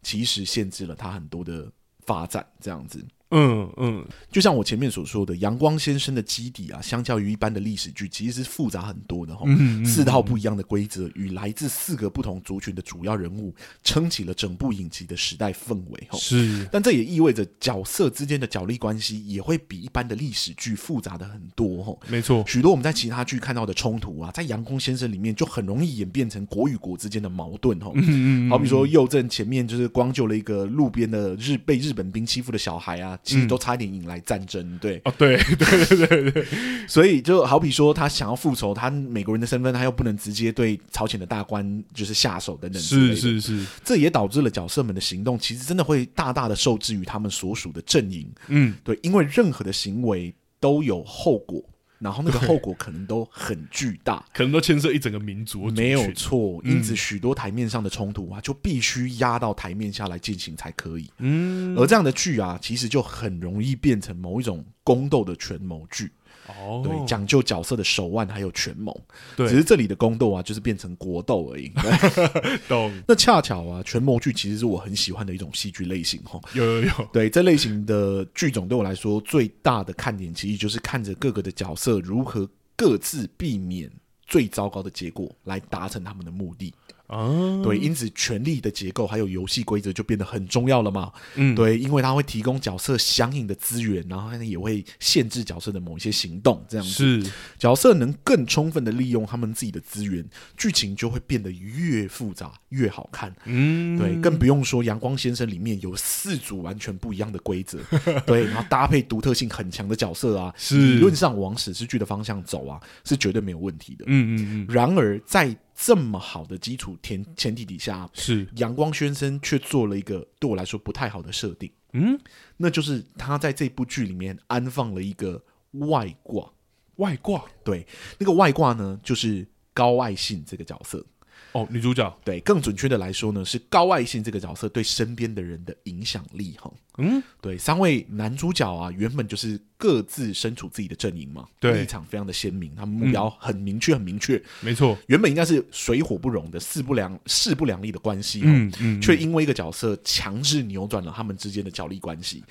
Speaker 1: 其实限制了它很多的发展。这样子，
Speaker 2: 嗯嗯，
Speaker 1: 就像我前面所说的，《阳光先生》的基底啊，相较于一般的历史剧，其实是复杂很多的哈。四套不一样的规则与来自四个不同族群的主要人物，撑起了整部影集的时代氛围哈。
Speaker 2: 是，
Speaker 1: 但这也意味着角色之间的角力关系也会比一般的历史剧复杂的很多哈。
Speaker 2: 没错，
Speaker 1: 许多我们在其他剧看到的冲突啊，在《阳光先生》里面就很容易演变成国与国之间的矛盾哦。
Speaker 2: 嗯嗯，
Speaker 1: 好比说，右正前面就是光救了一个路边的日被日本兵欺负的小孩
Speaker 2: 嗯
Speaker 1: 啊，其实都差一点引来战争，对。
Speaker 2: 哦，对对对对对，
Speaker 1: 所以就好比说，他想要复仇，他美国人的身份，他又不能直接对朝鲜的大官就是下手等等之类
Speaker 2: 是
Speaker 1: 的，
Speaker 2: 是是，
Speaker 1: 这也导致了角色们的行动其实真的会大大的受制于他们所属的阵营，
Speaker 2: 嗯，
Speaker 1: 对，因为任何的行为都有后果，然后那个后果可能都很巨大。
Speaker 2: 可能都牵涉一整个民族，
Speaker 1: 没有，错，
Speaker 2: 嗯
Speaker 1: 因此许多台面上的冲突啊，就必须压到台面下来进行才可以。
Speaker 2: 嗯，
Speaker 1: 而这样的剧啊，其实就很容易变成某一种宫斗的权谋剧，
Speaker 2: 哦，
Speaker 1: 对，讲究角色的手腕还有权谋。
Speaker 2: 对
Speaker 1: 只是这里的宫斗啊，就是变成国斗 而已。对
Speaker 2: 懂，
Speaker 1: 那恰巧啊，权谋剧其实是我很喜欢的一种戏剧类型哈。
Speaker 2: 有有有，
Speaker 1: 对这类型的剧种，对我来说最大的看点，其实就是看着各个的角色如何各自避免最糟糕的结果，来达成他们的目的。
Speaker 2: 啊，
Speaker 1: 对，因此权力的结构还有游戏规则就变得很重要了嘛。
Speaker 2: 嗯
Speaker 1: 对，因为它会提供角色相应的资源，然后它也会限制角色的某一些行动，这样子
Speaker 2: 是，
Speaker 1: 角色能更充分的利用他们自己的资源，剧情就会变得越复杂越好看。
Speaker 2: 嗯，
Speaker 1: 对，更不用说《阳光先生》里面有四组完全不一样的规 则，对，然后搭配独特性很强的角色啊，
Speaker 2: 是
Speaker 1: 理论上往史诗剧的方向走啊，是绝对没有问题的。
Speaker 2: 嗯嗯嗯，
Speaker 1: 然而，在这么好的基础前前提底下，
Speaker 2: 是，
Speaker 1: 阳光先生却做了一个对我来说不太好的设定，
Speaker 2: 嗯，
Speaker 1: 那就是他在这部剧里面安放了一个外挂。
Speaker 2: 外挂，
Speaker 1: 对，那个外挂呢，就是高爱信这个角色。
Speaker 2: 哦，女主角，
Speaker 1: 对，更准确的来说呢，是高爱信这个角色对身边的人的影响力哈。
Speaker 2: 嗯，
Speaker 1: 对，三位男主角啊，原本就是各自身处自己的阵营嘛，
Speaker 2: 对嗯
Speaker 1: 立场非常的鲜明，他们目标很明确，很明确。
Speaker 2: 没错，
Speaker 1: 原本应该是水火不容的势不两势不两立的关系、哦，
Speaker 2: 嗯嗯，
Speaker 1: 却因为一个角色强制扭转了他们之间的角力关 系。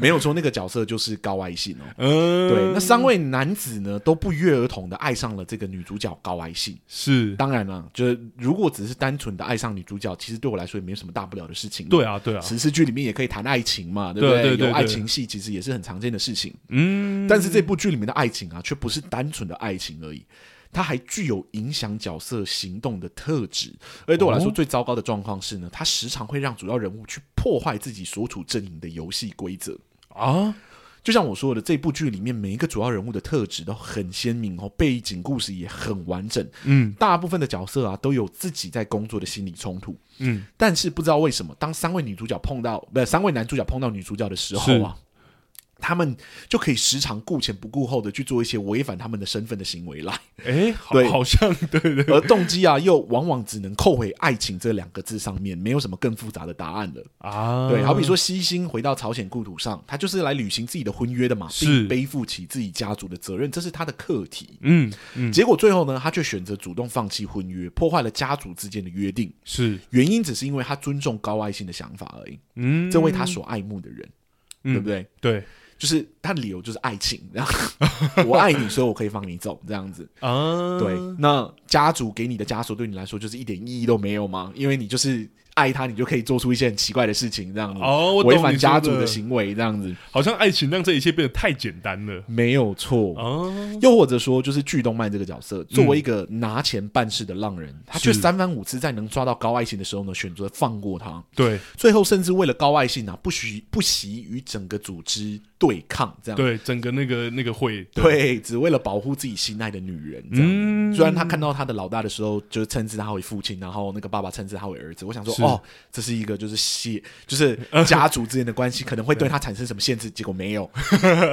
Speaker 1: 没有错，那个角色就是高爱信哦。
Speaker 2: 嗯，
Speaker 1: 对，那三位男子呢都不约而同的爱上了这个女主角高爱信。
Speaker 2: 是，
Speaker 1: 当然了，就是如果只是单纯的爱上女主角，其实对我来说也没什么大不了的事情。
Speaker 2: 对，啊对啊，
Speaker 1: 史诗剧里面也可以谈爱情嘛，对不
Speaker 2: 对对对
Speaker 1: 有爱
Speaker 2: 对
Speaker 1: 情戏其实也是很常见的事情。
Speaker 2: 嗯，
Speaker 1: 但是这部剧里面的爱情啊，却不是单纯的爱情而已，它还具有影响角色行动的特质。而且对我来说，
Speaker 2: 哦
Speaker 1: 最糟糕的状况是呢，它时常会让主要人物去破坏自己所处阵营的游戏规则。
Speaker 2: 啊，
Speaker 1: 就像我说的，这部剧里面每一个主要人物的特质都很鲜明哦，背景故事也很完整。
Speaker 2: 嗯
Speaker 1: 大部分的角色啊都有自己在工作的心理冲突，
Speaker 2: 嗯，
Speaker 1: 但是不知道为什么，当三位女主角碰到不是三位男主角碰到女主角的时候啊，他们就可以时常顾前不顾后的去做一些违反他们的身份的行为来，
Speaker 2: 哎，好
Speaker 1: 对，
Speaker 2: 好像对对对
Speaker 1: 而动机啊又往往只能扣回爱情这两个字上面，没有什么更复杂的答案了。
Speaker 2: 啊，
Speaker 1: 对，好比说西星回到朝鲜故土上，他就是来履行自己的婚约的嘛，
Speaker 2: 是
Speaker 1: 并背负起自己家族的责任，这是他的课题。
Speaker 2: 嗯嗯
Speaker 1: 结果最后呢，他却选择主动放弃婚约，破坏了家族之间的约定。
Speaker 2: 是
Speaker 1: 原因只是因为他尊重高爱性的想法而已，
Speaker 2: 嗯，
Speaker 1: 这为他所爱慕的人，
Speaker 2: 嗯
Speaker 1: 对不对？
Speaker 2: 对
Speaker 1: 就是他的理由就是爱情，然后我爱你，所以我可以放你走，这样子。
Speaker 2: 啊，
Speaker 1: 对，那家族给你的枷锁对你来说就是一点意义都没有吗？因为你就是爱他，你就可以做出一些很奇怪的事情，这样子，
Speaker 2: 哦，我懂
Speaker 1: 违
Speaker 2: 你
Speaker 1: 反
Speaker 2: 说
Speaker 1: 家族
Speaker 2: 的
Speaker 1: 的，行为，这样子
Speaker 2: 好像爱情让这一切变得太简单了
Speaker 1: 没有错。
Speaker 2: 啊，
Speaker 1: 又或者说，就是剧动漫这个角色，作为一个拿钱办事的浪人，他却
Speaker 2: 是
Speaker 1: 三番五次在能抓到高爱情的时候呢，选择放过他。
Speaker 2: 对
Speaker 1: 最后甚至为了高爱性啊，不惜不惜与整个组织对抗，这样
Speaker 2: 对，整个那个那个会，
Speaker 1: 对只为了保护自己心爱的女人。这样、
Speaker 2: 嗯，
Speaker 1: 虽然他看到他的老大的时候，就是称之他为父亲，然后那个爸爸称之他为儿子。我想说
Speaker 2: 是，嗯
Speaker 1: 哦，这是一个就是系， 就是家族之间的关系，可能会对他产生什么限制，结果没有，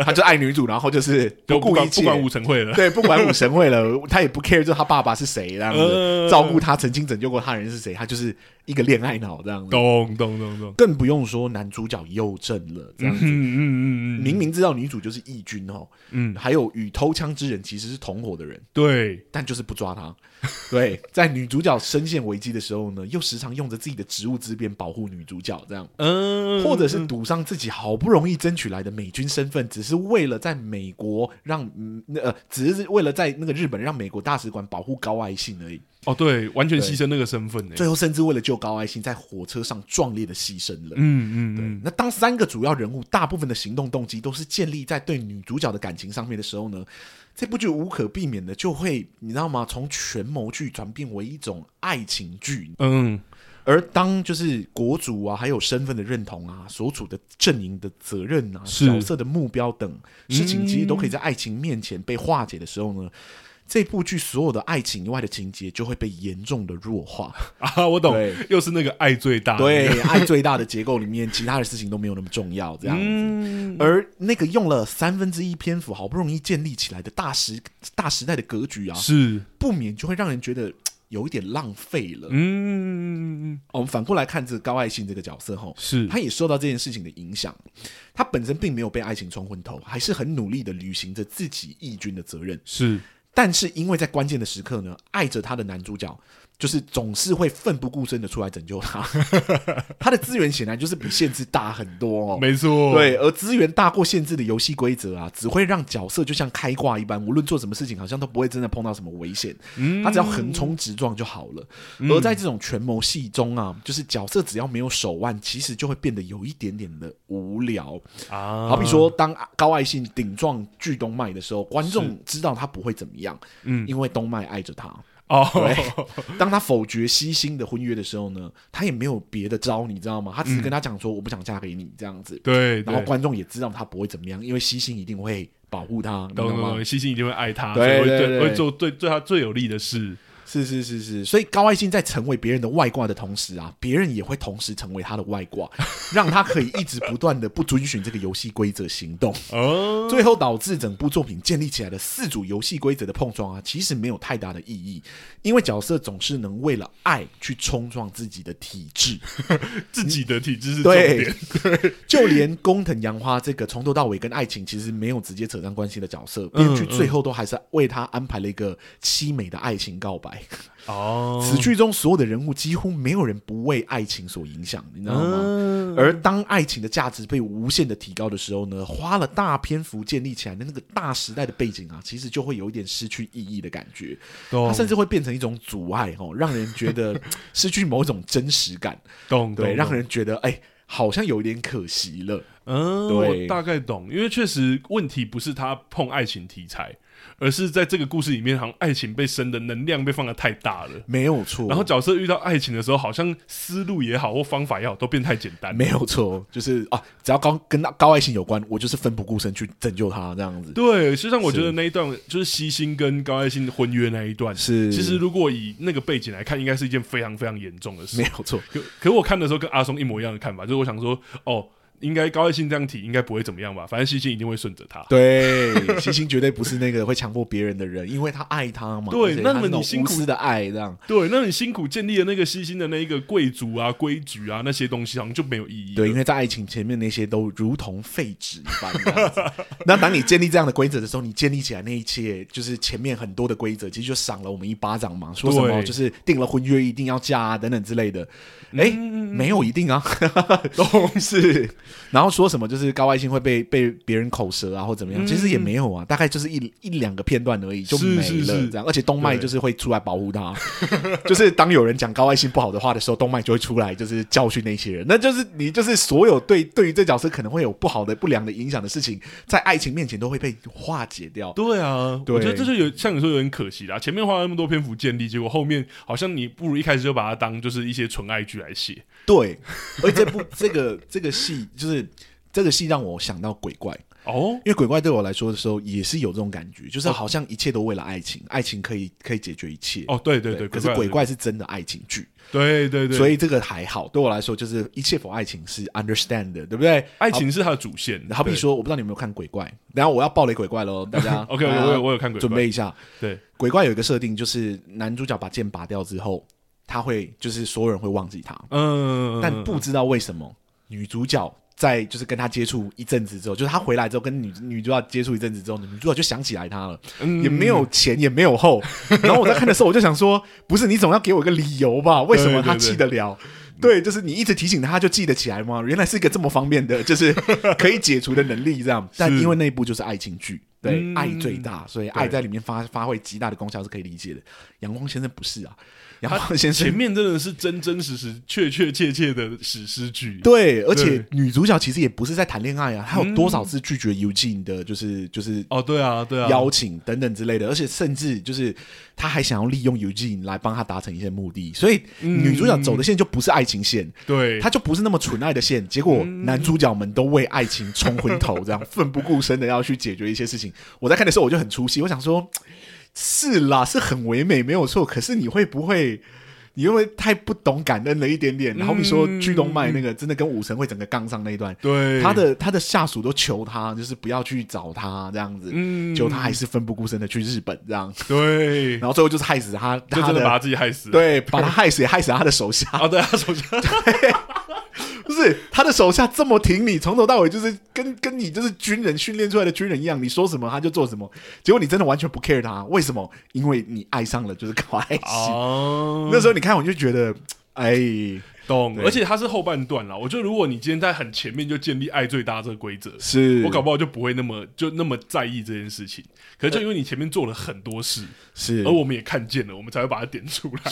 Speaker 1: 他就爱女主，然后就是
Speaker 2: 都不
Speaker 1: 顾一
Speaker 2: 管
Speaker 1: 切，
Speaker 2: 不管武成会了，
Speaker 1: 对，不管武神会了，他也不 care，就是他爸爸是谁这样子，
Speaker 2: 呃
Speaker 1: 照顾他曾经拯救过他的人是谁，他就是一个恋爱脑这样子。
Speaker 2: 懂懂懂 懂，
Speaker 1: 更不用说男主角又正了，这样
Speaker 2: 嗯
Speaker 1: 子。
Speaker 2: 嗯嗯嗯，
Speaker 1: 明明知道女主就是义军哦，
Speaker 2: 嗯
Speaker 1: 还有与偷枪之人其实是同伙的人，
Speaker 2: 对
Speaker 1: 但就是不抓 他。对，在女主角深陷危机的时候呢，又时常用着自己的职务之便保护女主角，这样，
Speaker 2: 嗯，
Speaker 1: 或者是赌上自己好不容易争取来的美军身份，只是为了在美国让嗯那呃，只是为了在那个日本让美国大使馆保护高爱性而已。
Speaker 2: 哦对，完全牺牲那个身份欸呢，
Speaker 1: 最后甚至为了救高爱性，在火车上壮烈的牺牲了。
Speaker 2: 嗯嗯嗯，
Speaker 1: 那当三个主要人物大部分的行动动机都是建立在对女主角的感情上面的时候呢，这部剧无可避免的就会，你知道吗？从权谋剧转变为一种爱情剧，
Speaker 2: 嗯，
Speaker 1: 而当就是国族啊，还有身份的认同啊，所处的阵营的责任啊，
Speaker 2: 是
Speaker 1: 角
Speaker 2: 嗯
Speaker 1: 色的目标等事情，其实都可以在爱情面前被化解的时候呢。这部剧所有的爱情以外的情节就会被严重的弱化，
Speaker 2: 啊，我懂
Speaker 1: 对，
Speaker 2: 又是那个爱最大，
Speaker 1: 对，爱最大的结构里面，其他的事情都没有那么重要，这样子。
Speaker 2: 嗯，
Speaker 1: 而那个用了三分之一篇幅，好不容易建立起来的大时大时代的格局啊，
Speaker 2: 是，
Speaker 1: 不免就会让人觉得嘖有一点浪费了。
Speaker 2: 嗯，
Speaker 1: 我们反过来看这个高爱信这个角色吼，
Speaker 2: 是，
Speaker 1: 他也受到这件事情的影响，他本身并没有被爱情冲昏头，还是很努力的履行着自己义军的责任。
Speaker 2: 是，
Speaker 1: 但是因为在关键的时刻呢，爱着他的男主角就是总是会奋不顾身的出来拯救他， 他的资源显然就是比限制大很多哦。
Speaker 2: 没错，
Speaker 1: 对，而资源大过限制的游戏规则啊，只会让角色就像开挂一般，无论做什么事情，好像都不会真的碰到什么危险。
Speaker 2: 嗯
Speaker 1: 他只要横冲直撞就好了。而在这种权谋戏中啊，就是角色只要没有手腕，其实就会变得有一点点的无聊。
Speaker 2: 啊，
Speaker 1: 好比说，当高爱信顶撞剧东麦的时候，观众知道他不会怎么样，
Speaker 2: 嗯
Speaker 1: 因为东麦爱着他。
Speaker 2: 哦
Speaker 1: 对，当他否决西星的婚约的时候呢，他也没有别的招，你知道吗？他只是跟他讲说，我不想嫁给你这样子。
Speaker 2: 嗯对，
Speaker 1: 然后
Speaker 2: 对
Speaker 1: 观众也知道他不会怎么样，因为西星一定会保护他，你
Speaker 2: 懂
Speaker 1: 懂
Speaker 2: 懂
Speaker 1: 吗？
Speaker 2: 懂，西星一定会爱他，
Speaker 1: 对
Speaker 2: 所以会
Speaker 1: 对
Speaker 2: 对
Speaker 1: 对
Speaker 2: 会做对对他最有利的事。
Speaker 1: 是是是是，所以高爱信在成为别人的外挂的同时啊， 别人也会同时成为他的外挂，让他可以一直不断的不遵循这个游戏规则行动，
Speaker 2: 哦，
Speaker 1: 最后导致整部作品建立起来的四组游戏规则的碰撞啊，其实没有太大的意义，因为角色总是能为了爱去冲撞自己的体制。
Speaker 2: 自己的体质是重
Speaker 1: 对
Speaker 2: 点，，
Speaker 1: 就连工藤洋花这个从头到尾跟爱情其实没有直接扯上关系的角色，编剧最后都还是为他安排了一个凄美的爱情告白。
Speaker 2: 哦，
Speaker 1: 此剧中所有的人物几乎没有人不为爱情所影响，你知道吗？
Speaker 2: 嗯，
Speaker 1: 而当爱情的价值被无限的提高的时候呢，花了大篇幅建立起来的那个大时代的背景啊，其实就会有一点失去意义的感觉，它
Speaker 2: 懂
Speaker 1: 甚至会变成一种阻碍哦，让人觉 得失去某种真实感。
Speaker 2: 懂
Speaker 1: 对，
Speaker 2: 懂
Speaker 1: 让
Speaker 2: 懂
Speaker 1: 人觉得哎、好像有一点可惜了。
Speaker 2: 嗯，
Speaker 1: 对
Speaker 2: 我大概懂，因为确实问题不是他碰爱情题材，而是在这个故事里面，好像爱情被生的能量被放的太大了。
Speaker 1: 没有错。
Speaker 2: 然后角色遇到爱情的时候，好像思路也好或方法也好，都变太简单。
Speaker 1: 没有错，就是啊，只要高跟高爱情有关，我就是奋不顾身去拯救他这样子。
Speaker 2: 对，实际上我
Speaker 1: 是
Speaker 2: 觉得那一段就是西星跟高爱心婚约那一段，
Speaker 1: 是，
Speaker 2: 其实如果以那个背景来看，应该是一件非常非常严重的事
Speaker 1: 没。有错，
Speaker 2: 可可我看的时候跟阿松一模一样的看法，就是我想说，哦，应该高爱心这样提应该不会怎么样吧，反正西星一定会顺着他。
Speaker 1: 对，星星绝对不是那个会强迫别人的人，因为他爱他嘛。
Speaker 2: 对
Speaker 1: 而且
Speaker 2: 那
Speaker 1: 他
Speaker 2: 么
Speaker 1: 是
Speaker 2: 你
Speaker 1: 种
Speaker 2: 辛
Speaker 1: 无
Speaker 2: 苦
Speaker 1: 私的爱这样。
Speaker 2: 对，那你辛苦建立的那个西星的那一个贵族啊、规矩啊那些东西，好像就没有意义。
Speaker 1: 对，因为在爱情前面那些都如同废纸一般这样子。 那当你建立这样的规则的时候，你建立起来那一切，就是前面很多的规则，其实就赏了我们一巴掌嘛。说什么
Speaker 2: 对
Speaker 1: 就是定了婚约一定要嫁啊等等之类的，
Speaker 2: 嗯
Speaker 1: 哎、没有一定 啊，都是。 然后说什么就是高外星会被被别人口舌啊或怎么样，其实也没有啊，大概就是一一两个片段而已就没了
Speaker 2: 嗯是是是
Speaker 1: 这样。而且动脉
Speaker 2: 对
Speaker 1: 就是会出来保护他。 就是当有人讲高外性不好的话的时候，动脉就会出来，就是教训那些人。那就是你，就是所有对对于这角色可能会有不好的、不良的影响的事情，在爱情面前都会被化解掉。
Speaker 2: 对啊，
Speaker 1: 对
Speaker 2: 我觉得这就有像你说有点可惜啦。前面花了那么多篇幅建立，结果后面好像你不如一开始就把它当就是一些纯爱剧来写。
Speaker 1: 对，而这部这个这个戏，就是这个戏让我想到鬼怪，
Speaker 2: 哦，
Speaker 1: 因为鬼怪对我来说的时候也是有这种感觉，就是好像一切都为了爱情，爱情可以可以解决一切。
Speaker 2: 哦，对对对，
Speaker 1: 可是鬼，怪是真的爱情剧，
Speaker 2: 对对对，
Speaker 1: 所
Speaker 2: 以
Speaker 1: 以这个还好。对我来说，就是一切否爱情是 understand 的，对不对？
Speaker 2: 爱情是它的主线。
Speaker 1: 好比
Speaker 2: 对
Speaker 1: 说，我不知道你有没有看《鬼怪》，然后我要爆雷《鬼怪》 喽，大家
Speaker 2: OK，
Speaker 1: 大家
Speaker 2: 我有我有看鬼怪
Speaker 1: 准备一下，
Speaker 2: 对，
Speaker 1: 《鬼怪》有一个设定，就是男主角把剑拔掉之后，他会就是所有人会忘记他，
Speaker 2: 嗯，
Speaker 1: 但不知道为什么女主角。在就是跟他接触一阵子之后，就是他回来之后跟女女主角接触一阵子之后，女主角就想起来他了，
Speaker 2: 嗯
Speaker 1: 也没有前也没有后。然后我在看的时候，我就想说，不是你总要给我一个理由吧？为什么他记得了？对，就是你一直提醒他，他就记得起来吗？原来是一个这么方便的，就是可以解除的能力这样。但因为那一部就是爱情剧，对，
Speaker 2: 嗯
Speaker 1: 爱最大，所以爱在里面发发挥极大的功效是可以理解的。阳光先生不是啊，阳光先
Speaker 2: 前
Speaker 1: 生。
Speaker 2: 面真的是真真实实、确确切切的史诗剧。
Speaker 1: 对，而且
Speaker 2: 对嗯
Speaker 1: 女主角其实也不是在谈恋爱啊，她有多少次拒绝尤进的，就是就是
Speaker 2: 哦，对啊，对啊，
Speaker 1: 邀请等等之类的，而且甚至就是他还想要利用 Eugene 来帮他达成一些目的，所以
Speaker 2: 嗯
Speaker 1: 女主角走的线就不是爱情线，
Speaker 2: 对，
Speaker 1: 她就不是那么纯爱的线。结果
Speaker 2: 嗯
Speaker 1: 男主角们都为爱情冲昏头， 这样奋不顾身的要去解决一些事情。我在看的时候我就很出戏，我想说，是啦，是很唯美没有错，可是你会不会？你会不会太不懂感恩了一点点？好比说
Speaker 2: 嗯
Speaker 1: 巨动脉那个，真的跟武神会整个杠上那一段，
Speaker 2: 对
Speaker 1: 他的他的下属都求他，就是不要去找他这样子，
Speaker 2: 嗯
Speaker 1: 就他还是奋不顾身的去日本这样，
Speaker 2: 对，
Speaker 1: 然后最后就是害死他，
Speaker 2: 就
Speaker 1: 他
Speaker 2: 真的把他
Speaker 1: 的
Speaker 2: 自己害死了。
Speaker 1: 对，把他害死，也害死了他的手下，
Speaker 2: 啊，对啊，首先
Speaker 1: 不是他的手下这么挺你，从头到尾就是跟跟你就是军人训练出来的军人一样，你说什么他就做什么，结果你真的完全不 care 他，为什么？因为你爱上了就是搞爱情，
Speaker 2: 哦
Speaker 1: 那时候你看我就觉得，哎，
Speaker 2: 懂，
Speaker 1: 对
Speaker 2: 而且它是后半段啦。我觉得如果你今天在很前面就建立爱最大这个规则，
Speaker 1: 是
Speaker 2: 我搞不好就不会那么就那么在意这件事情。可是就因为你前面做了很多事，
Speaker 1: 是
Speaker 2: 而，我们也看见了，我们才会把它点出 来。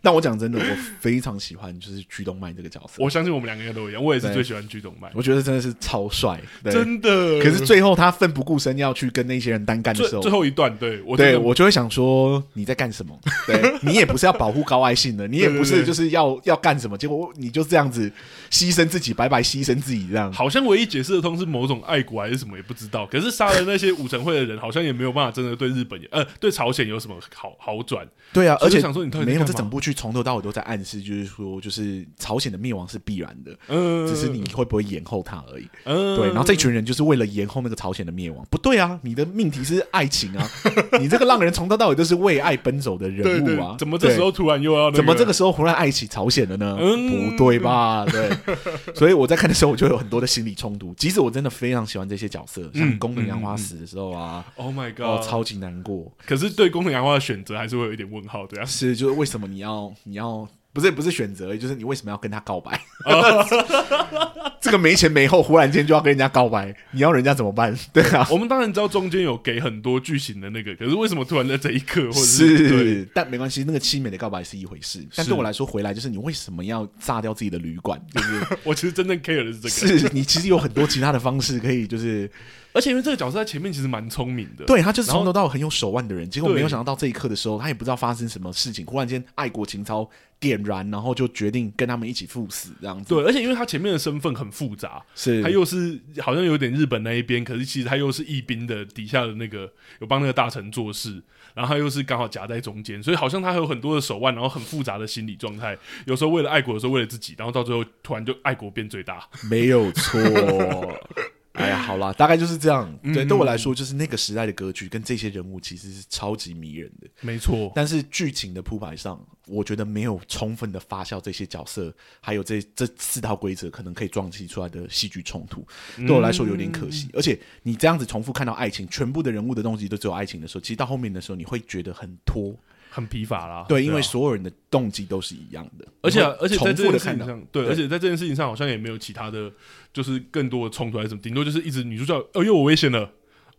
Speaker 1: 但我讲真的，我非常喜欢就是巨动脉这个角色，
Speaker 2: 我相信我们两个人都一样，我也是
Speaker 1: 对
Speaker 2: 最喜欢巨动脉，
Speaker 1: 我觉得真的是超帅，对
Speaker 2: 真的。
Speaker 1: 可是最后他奋不顾身要去跟那些人单干的时
Speaker 2: 最
Speaker 1: 候
Speaker 2: 最，后一段，对我真
Speaker 1: 对
Speaker 2: 的
Speaker 1: 我就会想说你在干什 么？对你也不是要保护高爱性的，你也不
Speaker 2: 对对
Speaker 1: 是
Speaker 2: 对
Speaker 1: 就是要要干什么，结果你就这样子牺牲自己，白白牺牲自己这样。
Speaker 2: 好像唯一解释得通是某种爱国还是什么也不知道，可是杀了那些武神会的人，好像也没有办法真的对日本也呃对朝鲜有什么好好转。
Speaker 1: 对啊，
Speaker 2: 所
Speaker 1: 而
Speaker 2: 以我
Speaker 1: 且
Speaker 2: 想说你到底在
Speaker 1: 没有
Speaker 2: 干
Speaker 1: 这
Speaker 2: 嘛
Speaker 1: 整部剧从头到尾都在暗示，就是说就是朝鲜的灭亡是必然的，
Speaker 2: 嗯，
Speaker 1: 只是你会不会延后它而已。
Speaker 2: 嗯
Speaker 1: 对，然后这群人就是为了延后那个朝鲜的灭亡，不对啊！你的命题是爱情 啊，你这个让人从头到尾都是为爱奔走的
Speaker 2: 对
Speaker 1: 人
Speaker 2: 对
Speaker 1: 物啊，
Speaker 2: 怎么这时
Speaker 1: 对
Speaker 2: 候突然又要、那
Speaker 1: 怎么这个时候忽然爱起朝鲜了呢？
Speaker 2: 嗯
Speaker 1: 不对吧？对， 所以我在看的时候，我就有很多的心理冲突。即使我真的非常喜欢这些角色，
Speaker 2: 嗯
Speaker 1: 像宫本洋花死的时候啊，
Speaker 2: ？Oh my god！、
Speaker 1: 哦，超级难过。
Speaker 2: 可是对宫藤洋花的选择还是会有一点问号，对啊，
Speaker 1: 是，就是为什么你要你要不是不是选择，就是你为什么要跟他告 白？
Speaker 2: 哦
Speaker 1: 这个没前没后，忽然间就要跟人家告白，你要人家怎么 办？对啊，
Speaker 2: 我们当然知道中间有给很多剧情的那个，可是为什么突然在这一刻，或者对
Speaker 1: 是，但没关系，那个凄美的告白是一回事，但对我来说，回来就是你为什么要炸掉自己的 旅馆，对不对？
Speaker 2: 我其实真正 care 的是这个，
Speaker 1: 是你其实有很多其他的方式可以，就是
Speaker 2: 而且因为这个角色在前面其实蛮聪明的，
Speaker 1: 对他就是
Speaker 2: 然后
Speaker 1: 从头到尾很有手腕的人，结果
Speaker 2: 对
Speaker 1: 没有想到这一刻的时候，他也不知道发生什么事情，忽然间爱国情操点燃，然后就决定跟他们一起赴死这样子。
Speaker 2: 对，而且因为他前面的身份很复杂，
Speaker 1: 是，
Speaker 2: 他又是好像有点日本那一边，可是其实他又是义兵的底下的那个有帮那个大臣做事，然后他又是刚好夹在中间，所以好像他有很多的手腕，然后很复杂的心理状态，有时候为了爱国，有时候为了自己，然后到最后突然就爱国变最大。
Speaker 1: 没有错。 哎呀，好啦，大概就是这样。对，对我
Speaker 2: 嗯
Speaker 1: 来说，就是那个时代的格局跟这些人物其实是超级迷人的，
Speaker 2: 没 错，
Speaker 1: 但是剧情的铺排上，我觉得没有充分的发酵这些角色，还有这这四套规则可能可以撞击出来的戏剧冲突，
Speaker 2: 嗯
Speaker 1: 对我来说有点可惜。而且你这样子重复看到爱情，全部的人物的东西都只有爱情的时候，其实到后面的时候你会觉得很拖，
Speaker 2: 很疲乏啦。
Speaker 1: 对，因
Speaker 2: 啊
Speaker 1: 为所有人的动机都是一样的，
Speaker 2: 而且
Speaker 1: 你
Speaker 2: 啊
Speaker 1: 会
Speaker 2: 而且在
Speaker 1: 重复
Speaker 2: 这件
Speaker 1: 的
Speaker 2: 事
Speaker 1: 看到。
Speaker 2: 情上，对，而且在这件事情上好像也没有其他的，就是更多的冲突还是什么，顶多就是一直女主角哦又有危险了，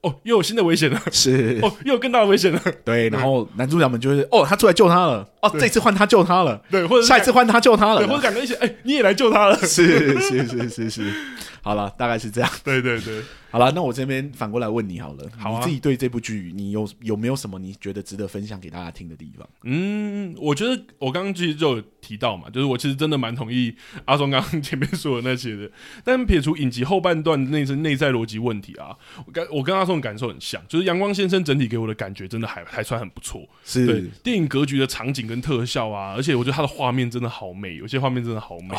Speaker 2: 哦又有新的危险了，
Speaker 1: 是
Speaker 2: 哦又有更大的危险了，
Speaker 1: 对，然后男主角们就会哦，他出来救他了，哦，这次换他救他了，
Speaker 2: 对，或者是
Speaker 1: 下一次换他救他
Speaker 2: 对，或者
Speaker 1: 了，
Speaker 2: 两个一起哎、你也来救他了，
Speaker 1: 是是是是是，好了，大概是这样。
Speaker 2: 对对对，
Speaker 1: 好了，那我这边反过来问你好了，
Speaker 2: 好啊
Speaker 1: 你自己对这部剧，你有有没有什么你觉得值得分享给大家听的地方？
Speaker 2: 嗯，我觉得我刚刚其实就有提到嘛，就是我其实真的蛮同意阿松刚刚前面说的那些的，但撇除影集后半段内内在逻辑问题啊，我跟我跟阿松的感受很像，就是阳光先生整体给我的感觉真的还还算很不错，对
Speaker 1: 是，
Speaker 2: 电影格局的场景跟特效啊，而且我觉得它的画面真的好美，有些画面真的好美。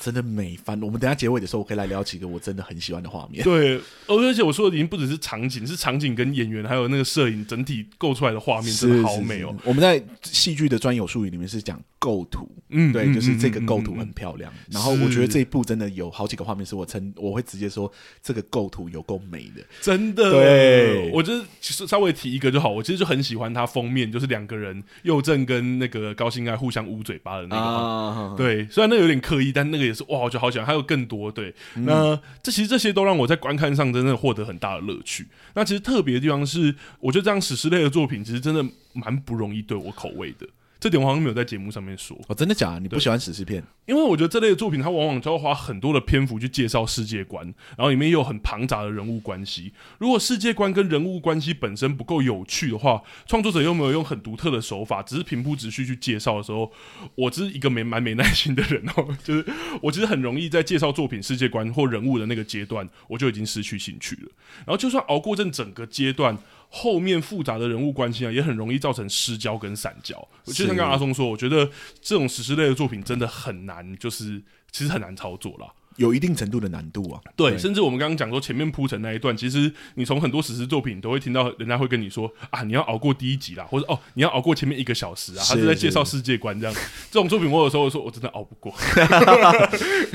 Speaker 1: 真的美翻。我们等一下结尾的时候，我可以来聊几个我真的很喜欢的画面。
Speaker 2: 对，而而且我说的已经不只是场景，是场景跟演员还有那个摄影整体构出来的画面 真
Speaker 1: 是
Speaker 2: 的好美哦。
Speaker 1: 是是我们在戏剧的专有术语里面是讲构图，
Speaker 2: 嗯，
Speaker 1: 对，
Speaker 2: 嗯
Speaker 1: 就是这个构图
Speaker 2: 嗯嗯嗯
Speaker 1: 很漂亮。然后我
Speaker 2: 是
Speaker 1: 觉得这一部真的有好几个画面是我称，我会直接说这个构图有够美的。
Speaker 2: 真的，
Speaker 1: 对
Speaker 2: 我就是其实稍微提一个就好。我其实就很喜欢它封面，就是两个人佑正跟那个高兴爱互相捂嘴巴的那个画面。
Speaker 1: 啊，
Speaker 2: 对，虽然那有点刻意，但那个也是哇，我就好喜欢。还有更多对，
Speaker 1: 嗯
Speaker 2: 那这其实这些都让我在观看上真的获得很大的乐趣。那其实特别的地方是，我觉得这样史诗类的作品其实真的蛮不容易对我口味的。这点我好像没有在节目上面说，
Speaker 1: 哦，真的假的？你不喜欢史诗片？
Speaker 2: 因为我觉得这类的作品，它往往就要花很多的篇幅去介绍世界观，然后里面又有很庞杂的人物关系。如果世界观跟人物关系本身不够有趣的话，创作者又没有用很独特的手法，只是平铺直叙去介绍的时候，我只是一个没蛮没耐心的人哦， 就是我其实很容易在介绍作品世界观或人物的那个阶段，我就已经失去兴趣了。然后就算熬过这整个阶段。后面复杂的人物关系啊，也很容易造成失焦跟散焦。就像刚刚阿松说，我觉得这种史诗类的作品真的很难，就是其实很难操作啦。
Speaker 1: 有一定程度的难度啊。
Speaker 2: 对，甚至我们刚刚讲说前面铺陈那一段，其实你从很多史诗作品都会听到，人家会跟你说啊，你要熬过第一集啦，或者哦，你要熬过前面一个小时啊，他是在
Speaker 1: 是
Speaker 2: 介绍世界观这样。这种作品，我有时候会说我真的熬不过。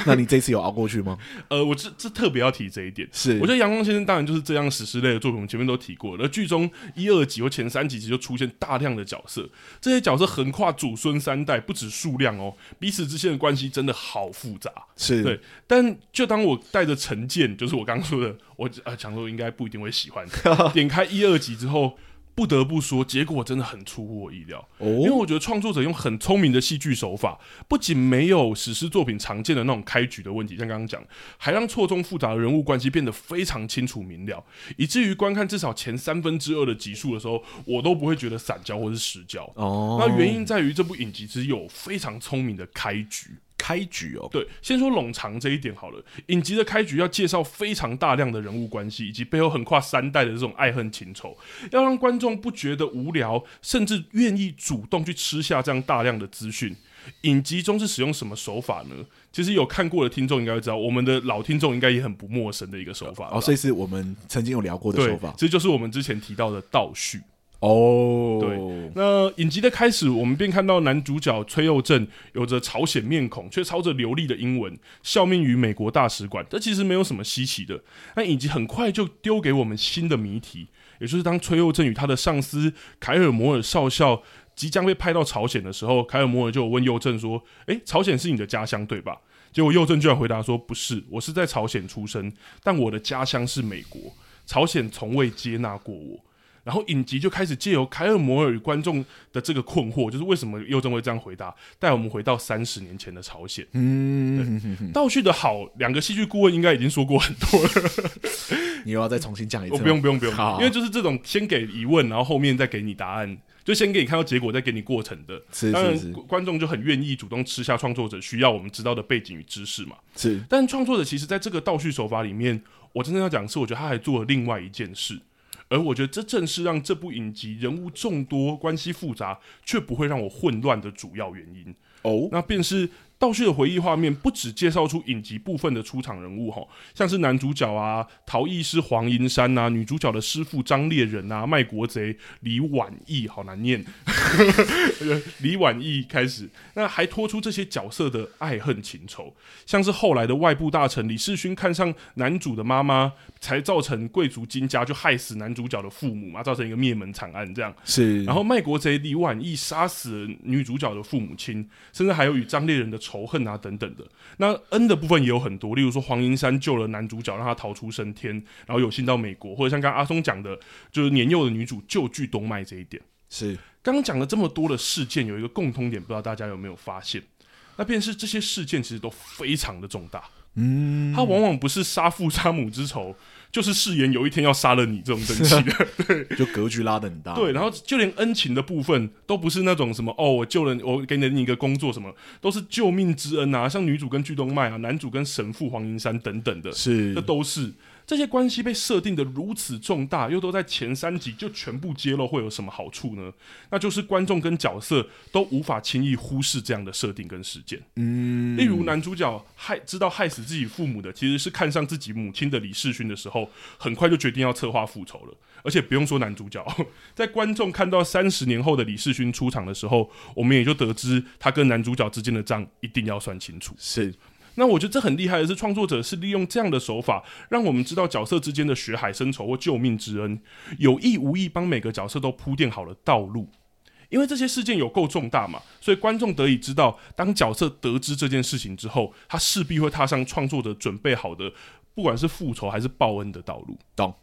Speaker 1: 那你这次有熬过去吗？
Speaker 2: 呃，我这这特别要提这一点。
Speaker 1: 是
Speaker 2: 我觉得《阳光先生》当然就是这样史诗类的作品，我们前面都提过了。而剧中一二集或前三集其实就出现大量的角色，这些角色横跨祖孙三代，不止数量哦，彼此之间的关系真的好复杂。
Speaker 1: 是
Speaker 2: 对但就当我带着成见，就是我刚刚说的，我呃想说应该不一定会喜 欢。点开一二集之后，不得不说，结果真的很出乎我意料。因为
Speaker 1: 哦，
Speaker 2: 我觉得创作者用很聪明的戏剧手法，不仅没有史诗作品常见的那种开局的问题，像刚刚讲，还让错综复杂的人物关系变得非常清楚明了，以至于观看至少前三分之二的集数的时候，我都不会觉得散焦或是失焦。
Speaker 1: 哦，
Speaker 2: 那原因在于这部影集其实有非常聪明的开局，
Speaker 1: 开局哦，
Speaker 2: 对，先说冗长这一点好了。影集的开局要介绍非常大量的人物关系，以及背后横跨三代的这种爱恨情仇，要让观众不觉得无聊，甚至愿意主动去吃下这样大量的资讯。影集中是使用什么手法呢？其实有看过的听众应该会知道，我们的老听众应该也很不陌生的一个手法
Speaker 1: 哦，
Speaker 2: 吧
Speaker 1: 所以是我们曾经有聊过的
Speaker 2: 对
Speaker 1: 手法，
Speaker 2: 这就是我们之前提到的倒叙。
Speaker 1: 哦，
Speaker 2: 对，那影集的开始，我们便看到男主角崔佑正有着朝鲜面孔，却操着流利的英文，效命于美国大使馆。这其实没有什么稀奇的。那影集很快就丢给我们新的谜题，也就是当崔佑正与他的上司凯尔摩尔少校即将被派到朝鲜的时候，凯尔摩尔就有问佑正说：“诶，朝鲜是你的家乡对吧？”结果佑正居然回答说：“不是，我是在朝鲜出生，但我的家乡是美国，朝鲜从未接纳过我。”然然后影集就开始借由凯尔摩尔与观众的这个困惑，就是为什么佑正会这样回答，带我们回到三十年前的朝鲜。
Speaker 1: 嗯，
Speaker 2: 倒叙的好，两个戏剧顾问应该已经说过很多了。
Speaker 1: 你又要再重新讲一次
Speaker 2: 我
Speaker 1: 吗？
Speaker 2: 不用不用不用
Speaker 1: 好，
Speaker 2: 因为就是这种先给疑问，然后后面再给你答案，就先给你看到结果，再给你过程的。
Speaker 1: 是
Speaker 2: 当然
Speaker 1: 是，是
Speaker 2: 观观众就很愿意主动吃下创作者需要我们知道的背景与知识嘛。
Speaker 1: 是
Speaker 2: 但创作者其实在这个倒叙手法里面，我真正要讲的是，我觉得他还做了另外一件事，而我觉得这正是让这部影集人物众多、关系复杂，却不会让我混乱的主要原因。
Speaker 1: 哦，
Speaker 2: 那便是倒叙的回忆画面，不只介绍出影集部分的出场人物哈，像是男主角啊、陶艺师黄银山呐、女主角的师傅张猎人啊、卖国贼李婉义，好难念， 李婉义开始，那还拖出这些角色的爱恨情仇，像是后来的外部大臣李世勋看上男主的妈妈，才造成贵族金家就害死男主角的父母嘛，造成一个灭门惨案这样。
Speaker 1: 是，
Speaker 2: 然后卖国贼李婉义杀死了女主角的父母亲，甚至还有与张烈人的仇恨啊等等的。那恩的部分也有很多，例如说黄银山救了男主角，让他逃出升天，然后有幸到美国，或者像刚刚阿松讲的，就是年幼的女主救剧东脉这一点。
Speaker 1: 是
Speaker 2: 刚刚讲了这么多的事件，有一个共通点，不知道大家有没有发现？那便是这些事件其实都非常的重大，嗯，它往往不是杀父杀母之仇，就是誓言有一天要杀了你这种等级的。
Speaker 1: 就格局拉的很大，
Speaker 2: 对，然后就连恩情的部分都不是那种什么哦，我救了你我给你一个工作什么，都是救命之恩啊，像女主跟巨动脉啊，男主跟神父黄银山等等的，
Speaker 1: 是
Speaker 2: 这都是这些关系被设定的如此重大，又都在前三集就全部揭露，会有什么好处呢？那就是观众跟角色都无法轻易忽视这样的设定跟事件。嗯，例如男主角害知道害死自己父母的其实是看上自己母亲的李世勋的时候，很快就决定要策划复仇了。而且不用说男主角， 在观众看到三十年后的李世勋出场的时候，我们也就得知他跟男主角之间的账一定要算清楚。
Speaker 1: 是
Speaker 2: 那我觉得这很厉害的是，创作者是利用这样的手法，让我们知道角色之间的血海深仇或救命之恩，有意无意帮每个角色都铺垫好了道路。因为这些事件有够重大嘛，所以观众得以知道，当角色得知这件事情之后，他势必会踏上创作者准备好的，不管是复仇还是报恩的道路。
Speaker 1: 懂。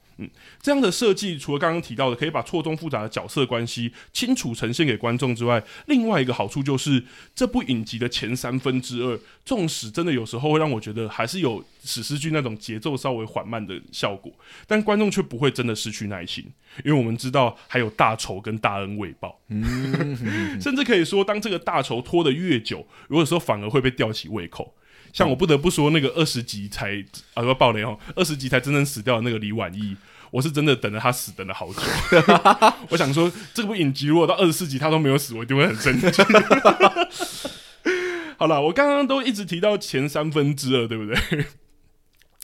Speaker 2: 这样的设计，除了刚刚提到的可以把错综复杂的角色关系清楚呈现给观众之外，另外一个好处就是这部影集的前三分之二，纵使真的有时候会让我觉得还是有史诗剧那种节奏稍微缓慢的效果，但观众却不会真的失去耐心，因为我们知道还有大仇跟大恩未报，甚至可以说，当这个大仇拖得越久，有的时候反而会被吊起胃口。像我不得不说，那个二十集才啊，不要爆雷哦，二十集才真正死掉的那个李婉义，我是真的等了他死等了好久。 我想说，这部影集如果到二十四集他都没有死，我一定会很生气。 好了，我刚刚都一直提到前三分之二，对不 对？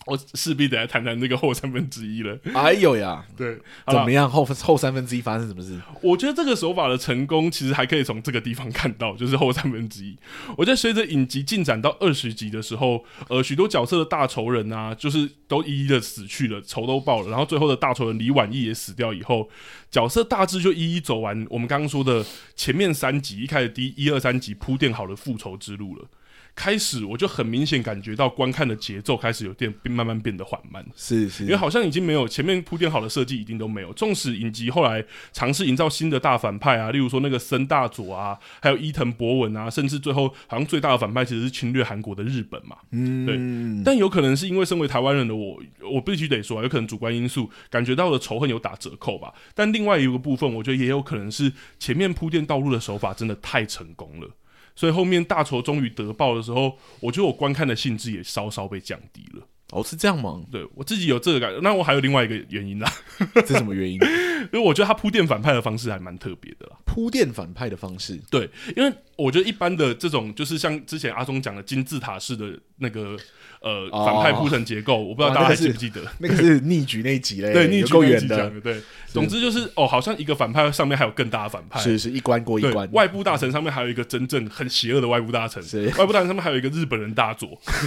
Speaker 2: 我势必得来谈谈这个后三分之一了。
Speaker 1: 哎呦呀，
Speaker 2: 对，好
Speaker 1: 怎
Speaker 2: 啦
Speaker 1: 么样？后后三分之一发生什么事？
Speaker 2: 我觉得这个手法的成功，其实还可以从这个地方看到，就是后三分之一。我觉得随着影集进展到二十集的时候，呃，许多角色的大仇人啊，就是都一一的死去了，仇都报了，然后最后的大仇人李婉义也死掉以后，角色大致就一一走完我们刚刚说的前面三集，一开始第一、一二、三集铺垫好的复仇之路了。开始我就很明显感觉到观看的节奏开始有点慢慢变得缓慢，
Speaker 1: 是
Speaker 2: 因为
Speaker 1: 是
Speaker 2: 好像已经没有前面铺垫好的设计，一定都没有。纵使影集后来尝试营造新的大反派啊，例如说那个森大佐啊，还有伊藤博文啊，甚至最后好像最大的反派其实是侵略韩国的日本嘛。
Speaker 1: 嗯，
Speaker 2: 但有可能是因为身为台湾人的我，我必须得说啊，有可能主观因素感觉到的仇恨有打折扣吧。但另外一个部分，我觉得也有可能是前面铺垫道路的手法真的太成功了。所以后面大仇终于得报的时候，我觉得我观看的兴致也稍稍被降低了。
Speaker 1: 哦是这样吗？
Speaker 2: 对我自己有这个感觉，那我还有另外一个原因啦，啊
Speaker 1: 这是什么原因？
Speaker 2: 因为我觉得他铺垫反派的方式还蛮特别的啦。
Speaker 1: 铺垫反派的方式
Speaker 2: 对，因为我觉得一般的这种就是像之前阿忠讲的金字塔式的那个呃、
Speaker 1: 哦
Speaker 2: 反派铺陈结构，我不知道大家
Speaker 1: 哇那
Speaker 2: 还
Speaker 1: 个是
Speaker 2: 记不记得？
Speaker 1: 那个是逆局那一集嘞，
Speaker 2: 对，逆
Speaker 1: 有
Speaker 2: 局
Speaker 1: 够
Speaker 2: 那一
Speaker 1: 远
Speaker 2: 集
Speaker 1: 的
Speaker 2: 讲，的，对。总之就是哦，好像一个反派上面还有更大的反派，
Speaker 1: 是是一关过一
Speaker 2: 对
Speaker 1: 关，
Speaker 2: 外部大臣上面还有一个真正很邪恶的外部大臣
Speaker 1: 是，
Speaker 2: 外部大臣上面还有一个日本人大佐，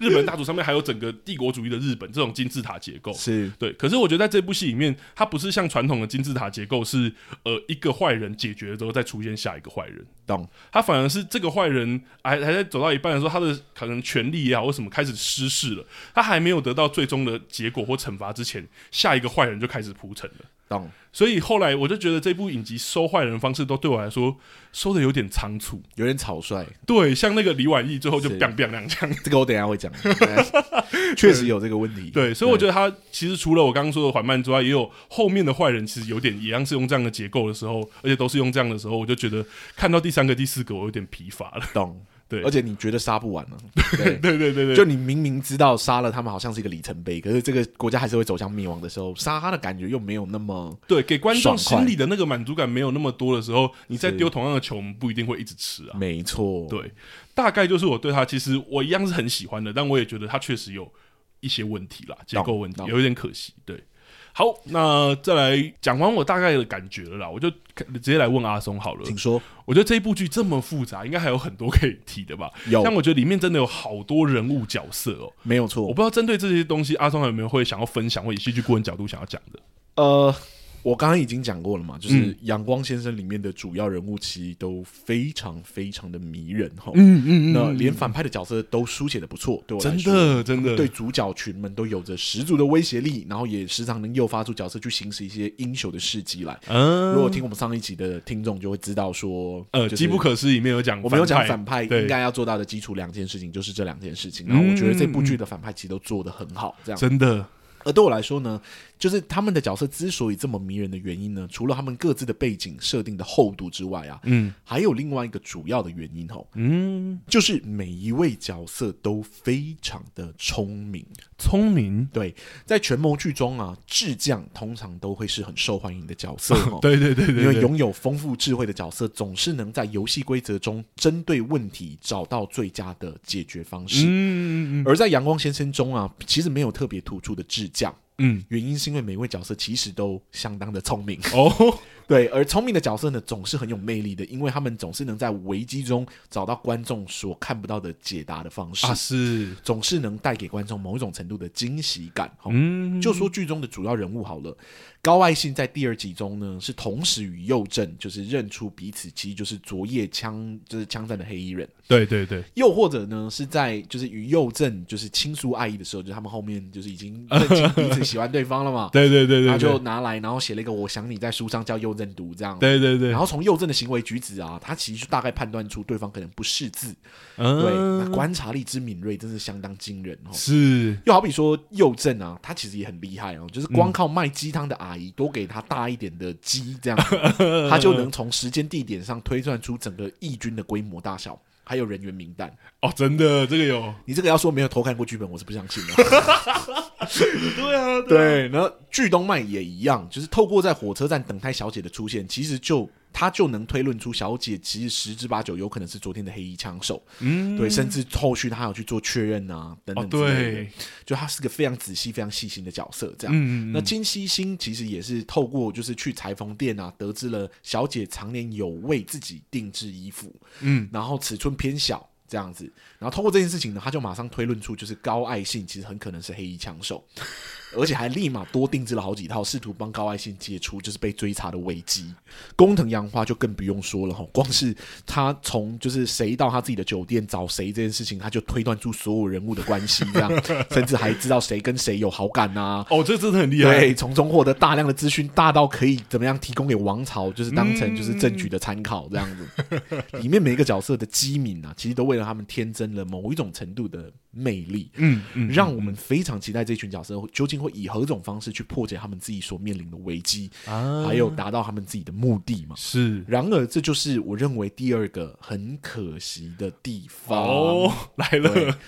Speaker 2: 日本人大佐上面还有整个帝国主义的日本这种金字塔结构，
Speaker 1: 是
Speaker 2: 对，可是我觉得在这部戏里面，它不是像传统的金字塔结构是，呃，一个坏人解决了之后再出现下一个坏人，
Speaker 1: 懂
Speaker 2: 它反而是这个坏人还还在走到一半的时候，他的可能权力也好或什么开始失势了，他还没有得到最终的结果或惩罚之前，下一个坏人就开始铺陈了。
Speaker 1: 懂
Speaker 2: 所以后来我就觉得这部影集收坏人的方式都对我来说收的有点仓促。
Speaker 1: 有点草率，
Speaker 2: 对，像那个李婉义最后就是 biang biang 两枪。
Speaker 1: 这个我等一下会 讲，对确实有这个问题。
Speaker 2: 对，所以我觉得他其实除了我刚刚说的缓慢之外，也有后面的坏人其实有点一样是用这样的结构的时候，而且都是用这样的时候，我就觉得看到第三个、第四个我有点疲乏了。
Speaker 1: 懂，
Speaker 2: 对
Speaker 1: 而且你觉得杀不完 呢、对，
Speaker 2: 对对对对，
Speaker 1: 就你明明知道杀了他们好像是一个里程碑，可是这个国家还是会走向灭亡的时候，杀他的感觉又没有那么
Speaker 2: 对给观众
Speaker 1: 爽快
Speaker 2: 心里的那个满足感没有那么多的时候，你再
Speaker 1: 是
Speaker 2: 丢同样的球，我们不一定会一直吃啊。
Speaker 1: 没错，
Speaker 2: 对，大概就是我对他，其实我一样是很喜欢的，但我也觉得他确实有一些问题啦，结构问题
Speaker 1: 懂
Speaker 2: 有一点可惜。对，好，那再来讲完我大概的感觉了啦，我就直接来问阿松好了。
Speaker 1: 请说
Speaker 2: 我觉得这一部剧这么复杂，应该还有很多可以提的吧？
Speaker 1: 有
Speaker 2: 但我觉得里面真的有好多人物角色哦，
Speaker 1: 没有
Speaker 2: 我
Speaker 1: 错？
Speaker 2: 不知道针对这些东西，阿松还有没有会想要分享，或以戏剧顾问角度想要讲的？
Speaker 1: 呃，我刚刚已经讲过了嘛，就是
Speaker 2: 嗯
Speaker 1: 《阳光先生》里面的主要人物其实都非常非常的迷人哈，
Speaker 2: 嗯嗯
Speaker 1: 那连反派的角色都书写的不错，对我来
Speaker 2: 真
Speaker 1: 说。
Speaker 2: 的真的
Speaker 1: 对主角群们都有着十足的威胁力，然后也时常能诱发出角色去行使一些英雄的事迹来。
Speaker 2: 嗯，
Speaker 1: 如果听我们上一集的听众就会知道说，
Speaker 2: 呃，
Speaker 1: 就是
Speaker 2: 机不可失里面有讲，
Speaker 1: 我们有讲反派
Speaker 2: 对嗯
Speaker 1: 应该要做到的基础两件事情，就是这两件事情。然后我觉得这部剧的反派其实都做得很好，这样。
Speaker 2: 真的，
Speaker 1: 而对我来说呢，就是他们的角色之所以这么迷人的原因呢，除了他们各自的背景设定的厚度之外啊，
Speaker 2: 嗯
Speaker 1: 还有另外一个主要的原因哦，
Speaker 2: 嗯，
Speaker 1: 就是每一位角色都非常的聪明。
Speaker 2: 聪明，
Speaker 1: 对，在权谋剧中啊，智将通常都会是很受欢迎的角色 哦。
Speaker 2: 对对对对
Speaker 1: 因为
Speaker 2: 对，
Speaker 1: 拥有丰富智慧的角色，总是能在游戏规则中针对问题找到最佳的解决方式。
Speaker 2: 嗯嗯嗯
Speaker 1: 而在《阳光先生》中啊，其实没有特别突出的智将，
Speaker 2: 嗯，
Speaker 1: 原因是因为每位角色其实都相当的聪明。
Speaker 2: 哦，
Speaker 1: 对，而聪明的角色呢，总是很有魅力的，因为他们总是能在危机中找到观众所看不到的解答的方式，
Speaker 2: 啊是，
Speaker 1: 总是能带给观众某一种程度的惊喜感。哦
Speaker 2: 嗯，
Speaker 1: 就说剧中的主要人物好了，高爱信在第二集中呢，是同时与右正就是认出彼此其实就是昨夜枪就是枪战的黑衣人，
Speaker 2: 对对对，
Speaker 1: 又或者呢是在就是与右正就是倾诉爱意的时候，就是他们后面就是已经认清彼此喜欢对方了嘛
Speaker 2: ，对对对
Speaker 1: 他
Speaker 2: 对，
Speaker 1: 啊就拿来然后写了一个我想你在书上叫右正读这样。
Speaker 2: 对对对，
Speaker 1: 然后从右正的行为举止啊，他其实就大概判断出对方可能不识字，对，那
Speaker 2: 嗯，
Speaker 1: 观察力之敏锐真是相当惊人哦。
Speaker 2: 是，
Speaker 1: 又好比说右正啊，他其实也很厉害哦，就是
Speaker 2: 嗯
Speaker 1: 光靠卖鸡汤的阿姨多给他大一点的鸡，这样、他就能从时间地点上推算出整个义军的规模大小，还有人员名单。
Speaker 2: 哦，真的这个有，哦
Speaker 1: 你这个要说没有偷看过剧本，我是不相信的。
Speaker 2: 啊对啊，
Speaker 1: 对，然后剧东麦也一样，就是透过在火车站等待小姐的出现，其实就。他就能推论出小姐其实十之八九有可能是昨天的黑衣枪手，
Speaker 2: 嗯，
Speaker 1: 对，甚至后续他还有去做确认啊等
Speaker 2: 哦
Speaker 1: 等之类的，
Speaker 2: 对，
Speaker 1: 就他是个非常仔细、非常细心的角色，这样。
Speaker 2: 嗯，
Speaker 1: 那金希星其实也是透过就是去裁缝店啊，得知了小姐常年有为自己定制衣服，
Speaker 2: 嗯，
Speaker 1: 然后尺寸偏小这样子，然后通过这件事情呢，他就马上推论出就是高爱信其实很可能是黑衣枪手， 而且还立马多定制了好几套，试图帮高爱信解除就是被追查的危机。工藤洋花就更不用说了哈，光是他从就是谁到他自己的酒店找谁这件事情，他就推断出所有人物的关系，这样， 甚至还知道谁跟谁有好感啊，
Speaker 2: 哦，这真的很厉害，
Speaker 1: 对，从中获得大量的资讯，大到可以怎么样提供给王朝，就是当成就是政局的参考这样子。 里面每一个角色的机敏啊，其实都为了他们添增了某一种程度的魅力，
Speaker 2: 嗯嗯，
Speaker 1: 让我们非常期待这群角色究竟会以何种方式去破解他们自己所面临的危机，
Speaker 2: 啊
Speaker 1: 还有达到他们自己的目的嘛。
Speaker 2: 是
Speaker 1: 然而，这就是我认为第二个很可惜的地方。
Speaker 2: 哦来
Speaker 1: 对
Speaker 2: 了，，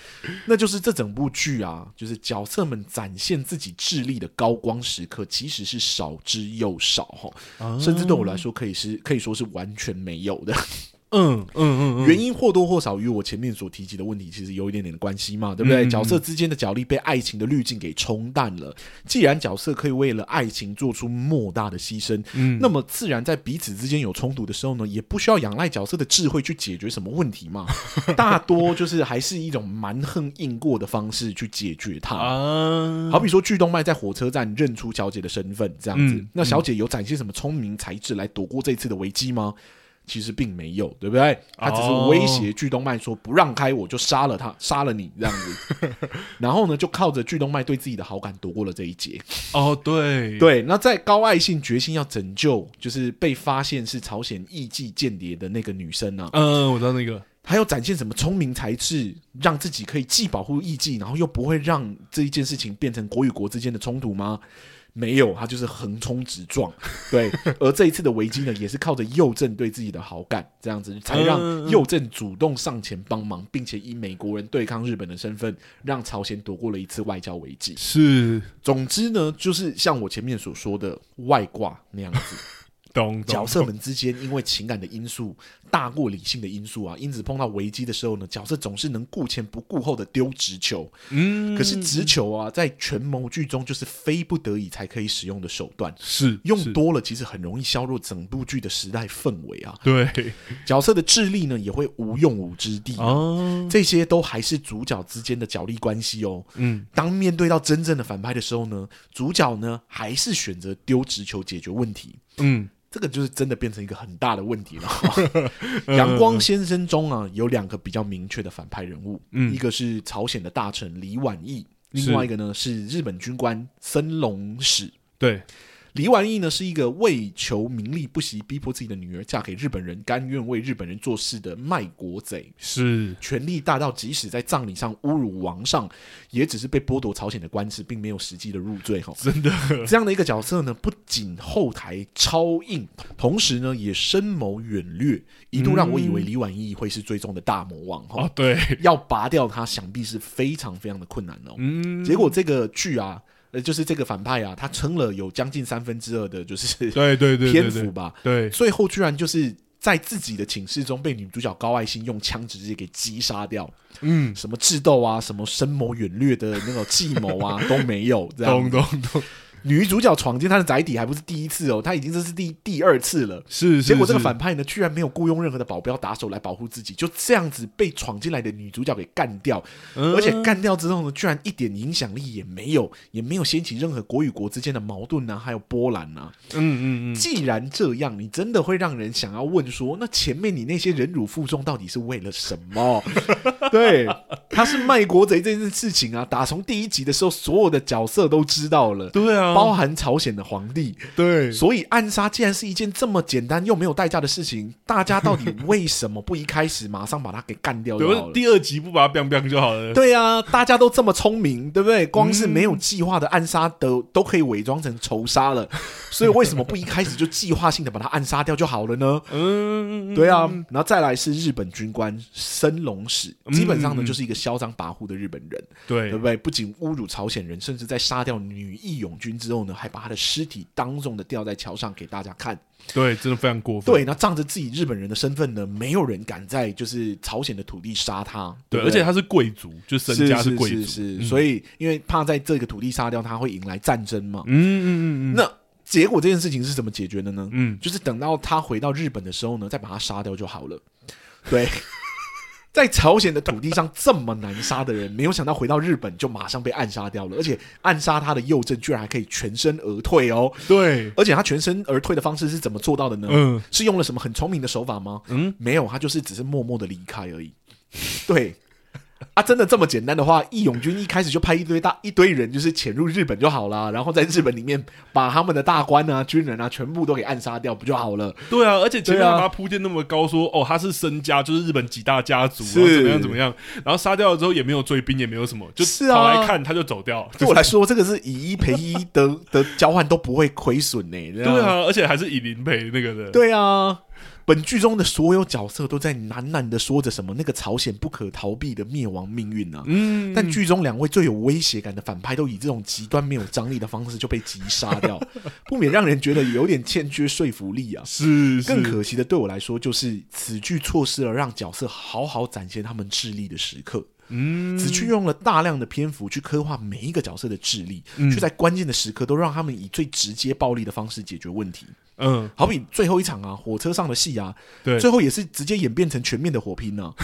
Speaker 1: 那就是这整部剧啊，就是角色们展现自己智力的高光时刻，其实是少之又少哈，甚至对我来说可以是可以说是完全没有的。
Speaker 2: 嗯嗯嗯嗯，
Speaker 1: 原因或多或少与我前面所提及的问题其实有一点点的关系嘛，对不
Speaker 2: 嗯
Speaker 1: 对？角色之间的角力被爱情的滤镜给冲淡了。既然角色可以为了爱情做出莫大的牺牲，
Speaker 2: 嗯
Speaker 1: 那么自然在彼此之间有冲突的时候呢，也不需要仰赖角色的智慧去解决什么问题嘛，大多就是还是一种蛮横硬过的方式去解决它。
Speaker 2: 啊，
Speaker 1: 好比说，巨动脉在火车站认出小姐的身份，这样子。
Speaker 2: 嗯
Speaker 1: 那小姐有展现什么聪明才智来躲过这次的危机吗？其实并没有，对不对？他只是威胁巨动脉说不让开我就杀了他，杀了你这样子。然后呢，就靠着巨动脉对自己的好感躲过了这一劫。
Speaker 2: 哦，对，
Speaker 1: 对，那在高爱信决心要拯救，就是被发现是朝鲜艺妓间谍的那个女生啊，
Speaker 2: 嗯，我知道那个，
Speaker 1: 她要展现什么聪明才智，让自己可以既保护艺妓，然后又不会让这一件事情变成国与国之间的冲突吗？没有，她就是横冲直撞。 对，而这一次的危机呢，也是靠着右正对自己的好感，这样子才让
Speaker 2: 嗯
Speaker 1: 右正主动上前帮忙，并且以美国人对抗日本的身份，让朝鲜躲过了一次外交危机。
Speaker 2: 是
Speaker 1: 总之呢，就是像我前面所说的外挂那样子，
Speaker 2: 懂懂
Speaker 1: 角色们之间因为情感的因素大过理性的因素啊，因此碰到危机的时候呢，角色总是能顾前不顾后的丢直球。
Speaker 2: 嗯，
Speaker 1: 可是直球啊，在权谋剧中就是非不得已才可以使用的手段。
Speaker 2: 是
Speaker 1: 用
Speaker 2: 是
Speaker 1: 多了，其实很容易削弱整部剧的时代氛围啊。
Speaker 2: 对
Speaker 1: 角色的智力呢，也会无用武之地。啊
Speaker 2: 哦，
Speaker 1: 这些都还是主角之间的角力关系哦。
Speaker 2: 嗯，
Speaker 1: 当面对到真正的反派的时候呢，主角呢还是选择丢直球解决问题，
Speaker 2: 嗯，
Speaker 1: 这个就是真的变成一个很大的问题了。 阳光先生中啊，有两个比较明确的反派人物，
Speaker 2: 嗯
Speaker 1: 一个是朝鲜的大臣李婉义，
Speaker 2: 是
Speaker 1: 另外一个呢是日本军官森隆史。
Speaker 2: 对，
Speaker 1: 李婉义呢是一个为求名利不惜逼迫自己的女儿嫁给日本人，甘愿为日本人做事的卖国贼。
Speaker 2: 是
Speaker 1: 权力大到即使在葬礼上侮辱王上，也只是被剥夺朝鲜的官职，并没有实际的入罪哈。
Speaker 2: 真的，
Speaker 1: 这样的一个角色呢，不仅后台超硬，同时呢也深谋远略，一度让我以为李婉义会是最终的大魔王哈。
Speaker 2: 嗯哦，对，
Speaker 1: 要拔掉他，想必是非常非常的困难哦。
Speaker 2: 嗯，
Speaker 1: 结果这个剧啊，呃，就是这个反派啊，他撑了有将近三分之二的，就是
Speaker 2: 对对对
Speaker 1: 篇
Speaker 2: 对
Speaker 1: 幅
Speaker 2: 对
Speaker 1: 吧，
Speaker 2: 对，
Speaker 1: 最后居然就是。在自己的寝室中被女主角高爱心用枪直接给击杀掉，
Speaker 2: 嗯，
Speaker 1: 什么智斗啊，什么深谋远略的那种计谋 啊都没有。这
Speaker 2: 懂
Speaker 1: 样，
Speaker 2: 懂懂，
Speaker 1: 女主角闯进他的宅邸还不是第一次哦，她已经这是第第二次了。
Speaker 2: 是，
Speaker 1: 结果这个
Speaker 2: 是
Speaker 1: 反派呢，居然没有雇佣任何的保镖打手来保护自己，就这样子被闯进来的女主角给干掉，
Speaker 2: 嗯
Speaker 1: 而且干掉之后呢，居然一点影响力也没有，也没有掀起任何国与国之间的矛盾啊，还有波澜啊。
Speaker 2: 嗯嗯嗯，
Speaker 1: 既然这样，你真的会让人想要问说，那前面你那些忍辱负重到底是为了什么？ 对，他是卖国贼这件事情啊，打从第一集的时候，所有的角色都知道了，
Speaker 2: 对啊，
Speaker 1: 包含朝鲜的皇帝，
Speaker 2: 对，
Speaker 1: 所以暗杀既然是一件这么简单又没有代价的事情，大家到底为什么不一开始马上把他给干掉
Speaker 2: 比
Speaker 1: 就
Speaker 2: 如
Speaker 1: 好
Speaker 2: 说
Speaker 1: 了？
Speaker 2: 第二集不把它 biang biang 就好了，
Speaker 1: 对啊，大家都这么聪明，对不
Speaker 2: 嗯
Speaker 1: 对？光是没有计划的暗杀都、都可以伪装成仇杀了，所以为什么不一开始就计划性的把他暗杀掉就好了 呢？
Speaker 2: 嗯，嗯，
Speaker 1: 对啊，然后再来是日本军官森龙史，
Speaker 2: 嗯
Speaker 1: 基本上呢就是一个嚣张跋扈的日本人，
Speaker 2: 对
Speaker 1: 对不对？不仅侮辱朝鲜人，甚至在杀掉女义勇军之后呢，还把他的尸体当众的吊在桥上给大家看。
Speaker 2: 对，真的非常过分，
Speaker 1: 对，那仗着自己日本人的身份呢，没有人敢在就是朝鲜的土地杀他。
Speaker 2: 对，
Speaker 1: 对不
Speaker 2: 而
Speaker 1: 对，
Speaker 2: 且他是贵族，就身家
Speaker 1: 是
Speaker 2: 贵
Speaker 1: 是
Speaker 2: 族，嗯
Speaker 1: 是所以因为怕在这个土地杀掉他，会引来战争嘛。
Speaker 2: 嗯嗯嗯嗯，
Speaker 1: 那结果这件事情是怎么解决的呢？
Speaker 2: 嗯
Speaker 1: 就是等到他回到日本的时候呢，再把他杀掉就好了。对， 在朝鲜的土地上这么难杀的人，没有想到回到日本就马上被暗杀掉了，而且暗杀他的右正居然还可以全身而退哦。
Speaker 2: 对，
Speaker 1: 而且他全身而退的方式是怎么做到的呢？
Speaker 2: 嗯，
Speaker 1: 是用了什么很聪明的手法吗？
Speaker 2: 嗯，
Speaker 1: 没有，啊他就是只是默默的离开而已。 对。啊，真的这么简单的话，义勇军一开始就派一堆大一堆人，就是潜入日本就好啦，然后在日本里面把他们的大官啊、军人啊全部都给暗杀掉，不就好了？
Speaker 2: 对啊，而且前面
Speaker 1: 对啊
Speaker 2: 还把他铺垫那么高，说哦他是身家，就是日本几大家族，
Speaker 1: 是
Speaker 2: 然后怎么样怎么样，然后杀掉了之后也没有追兵，也没有什么，就是
Speaker 1: 啊
Speaker 2: 跑来看他就走掉，
Speaker 1: 对我啊来说，这个是以一赔一的的交换都不会亏损呢、对
Speaker 2: 对，啊，而且还是以林培那个的，
Speaker 1: 对啊。本剧中的所有角色都在喃喃的说着什么那个朝鲜不可逃避的灭亡命运啊，
Speaker 2: 嗯，
Speaker 1: 但剧中两位最有威胁感的反派都以这种极端没有张力的方式就被击杀 掉，不免让人觉得有点欠缺说服力啊。
Speaker 2: 是是
Speaker 1: 更可惜的，对我来说，就是此剧错失了让角色好好展现他们智力的时刻。
Speaker 2: 嗯
Speaker 1: 此剧用了大量的篇幅去刻画每一个角色的智力，
Speaker 2: 嗯
Speaker 1: 却在关键的时刻都让他们以最直接暴力的方式解决问题。
Speaker 2: 嗯
Speaker 1: 好比最后一场啊，火车上的戏啊，
Speaker 2: 对
Speaker 1: 最后也是直接演变成全面的火拼呢、啊。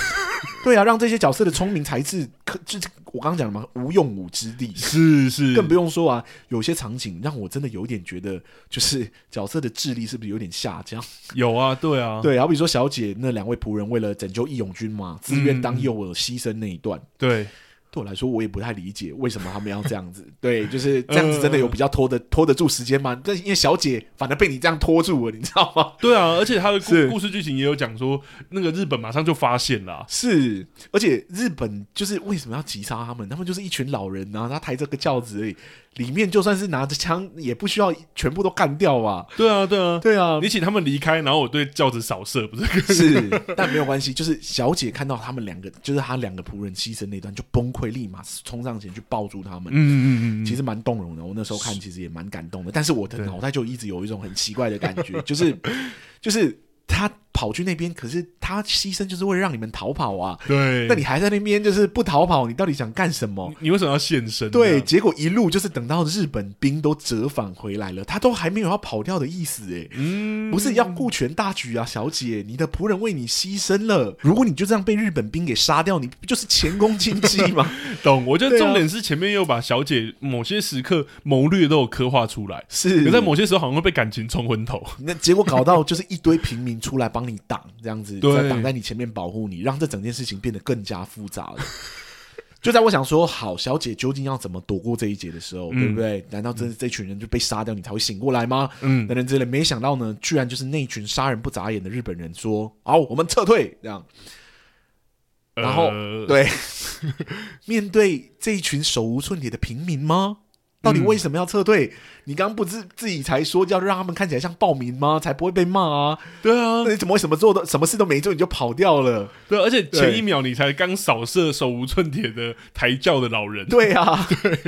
Speaker 1: 对啊，让这些角色的聪明才智，可就是我刚刚讲的嘛，无用武之地。
Speaker 2: 是是，
Speaker 1: 更不用说啊，有些场景让我真的有点觉得，就是角色的智力是不是有点下降？
Speaker 2: 有啊，对啊，
Speaker 1: 对，好比说小姐那两位仆人为了拯救义勇军嘛，自愿当诱饵牺牲那一段，
Speaker 2: 对
Speaker 1: 对我来说我也不太理解为什么他们要这 样子。对，就是这样子真的有比较拖
Speaker 2: 嗯
Speaker 1: 得拖得住时间吗？但是因为小姐反而被你这样拖住了，你知道吗？
Speaker 2: 对啊，而且他的故
Speaker 1: 是
Speaker 2: 故事剧情也有讲说，那个日本马上就发现了啊、
Speaker 1: 是，而且日本就是为什么要击杀他们？他们就是一群老人、啊然后他抬着个轿子而已，里面就算是拿着枪，也不需要全部都干掉啊。
Speaker 2: 对啊，对啊，
Speaker 1: 对啊，
Speaker 2: 你请他们离开，然后我对轿子扫射，不是？
Speaker 1: 是，但没有关系，就是小姐看到他们两个，就是她两个仆人牺牲那段就崩溃，立马冲上前去抱住他们。
Speaker 2: 嗯嗯
Speaker 1: 其实蛮动容的，我那时候看其实也蛮感动的，但是我的
Speaker 2: 对
Speaker 1: 脑袋就一直有一种很奇怪的感觉，就是就是他跑去那边，可是他牺牲就是为了让你们逃跑啊，
Speaker 2: 对。嗯
Speaker 1: 那你还在那边就是不逃跑，你到底想干什么
Speaker 2: 你？你为什么要现身？
Speaker 1: 对，，结果一路就是等到日本兵都折返回来了，他都还没有要跑掉的意思诶、
Speaker 2: 嗯，
Speaker 1: 不是要顾全大局啊，小姐，你的仆人为你牺牲了。如果你就这样被日本兵给杀掉，你不就是前功尽弃吗？
Speaker 2: 懂。我觉得
Speaker 1: 对啊
Speaker 2: 重点是前面又把小姐某些时刻谋略都有刻画出来，
Speaker 1: 是，
Speaker 2: 可在某些时候好像会被感情冲昏头。
Speaker 1: 那结果搞到就是一堆平民出来帮你挡，这样子，
Speaker 2: 对
Speaker 1: 在挡在你前面保护你，让这整件事情变得更加复杂了。 就在我想说，好，小姐究竟要怎么躲过这一劫的时候，对不对？难道真这群人就被杀掉，你才会醒过来吗？
Speaker 2: 嗯
Speaker 1: 等等之类。没想到呢，居然就是那一群杀人不眨眼的日本人说：“好，我们撤退。”这样，然后、
Speaker 2: 呃
Speaker 1: 对，面对这一群手无寸铁的平民吗？到底为什么要撤
Speaker 2: 嗯
Speaker 1: 退？你刚刚不自自己才说要让他们看起来像暴民吗？才不会被骂啊！
Speaker 2: 对啊
Speaker 1: 那，你怎么会什么做都什么事都没做你就跑掉了？
Speaker 2: 对，啊而且前
Speaker 1: 对
Speaker 2: 一秒你才刚扫射手无寸铁的抬轿的老人，
Speaker 1: 对啊，对，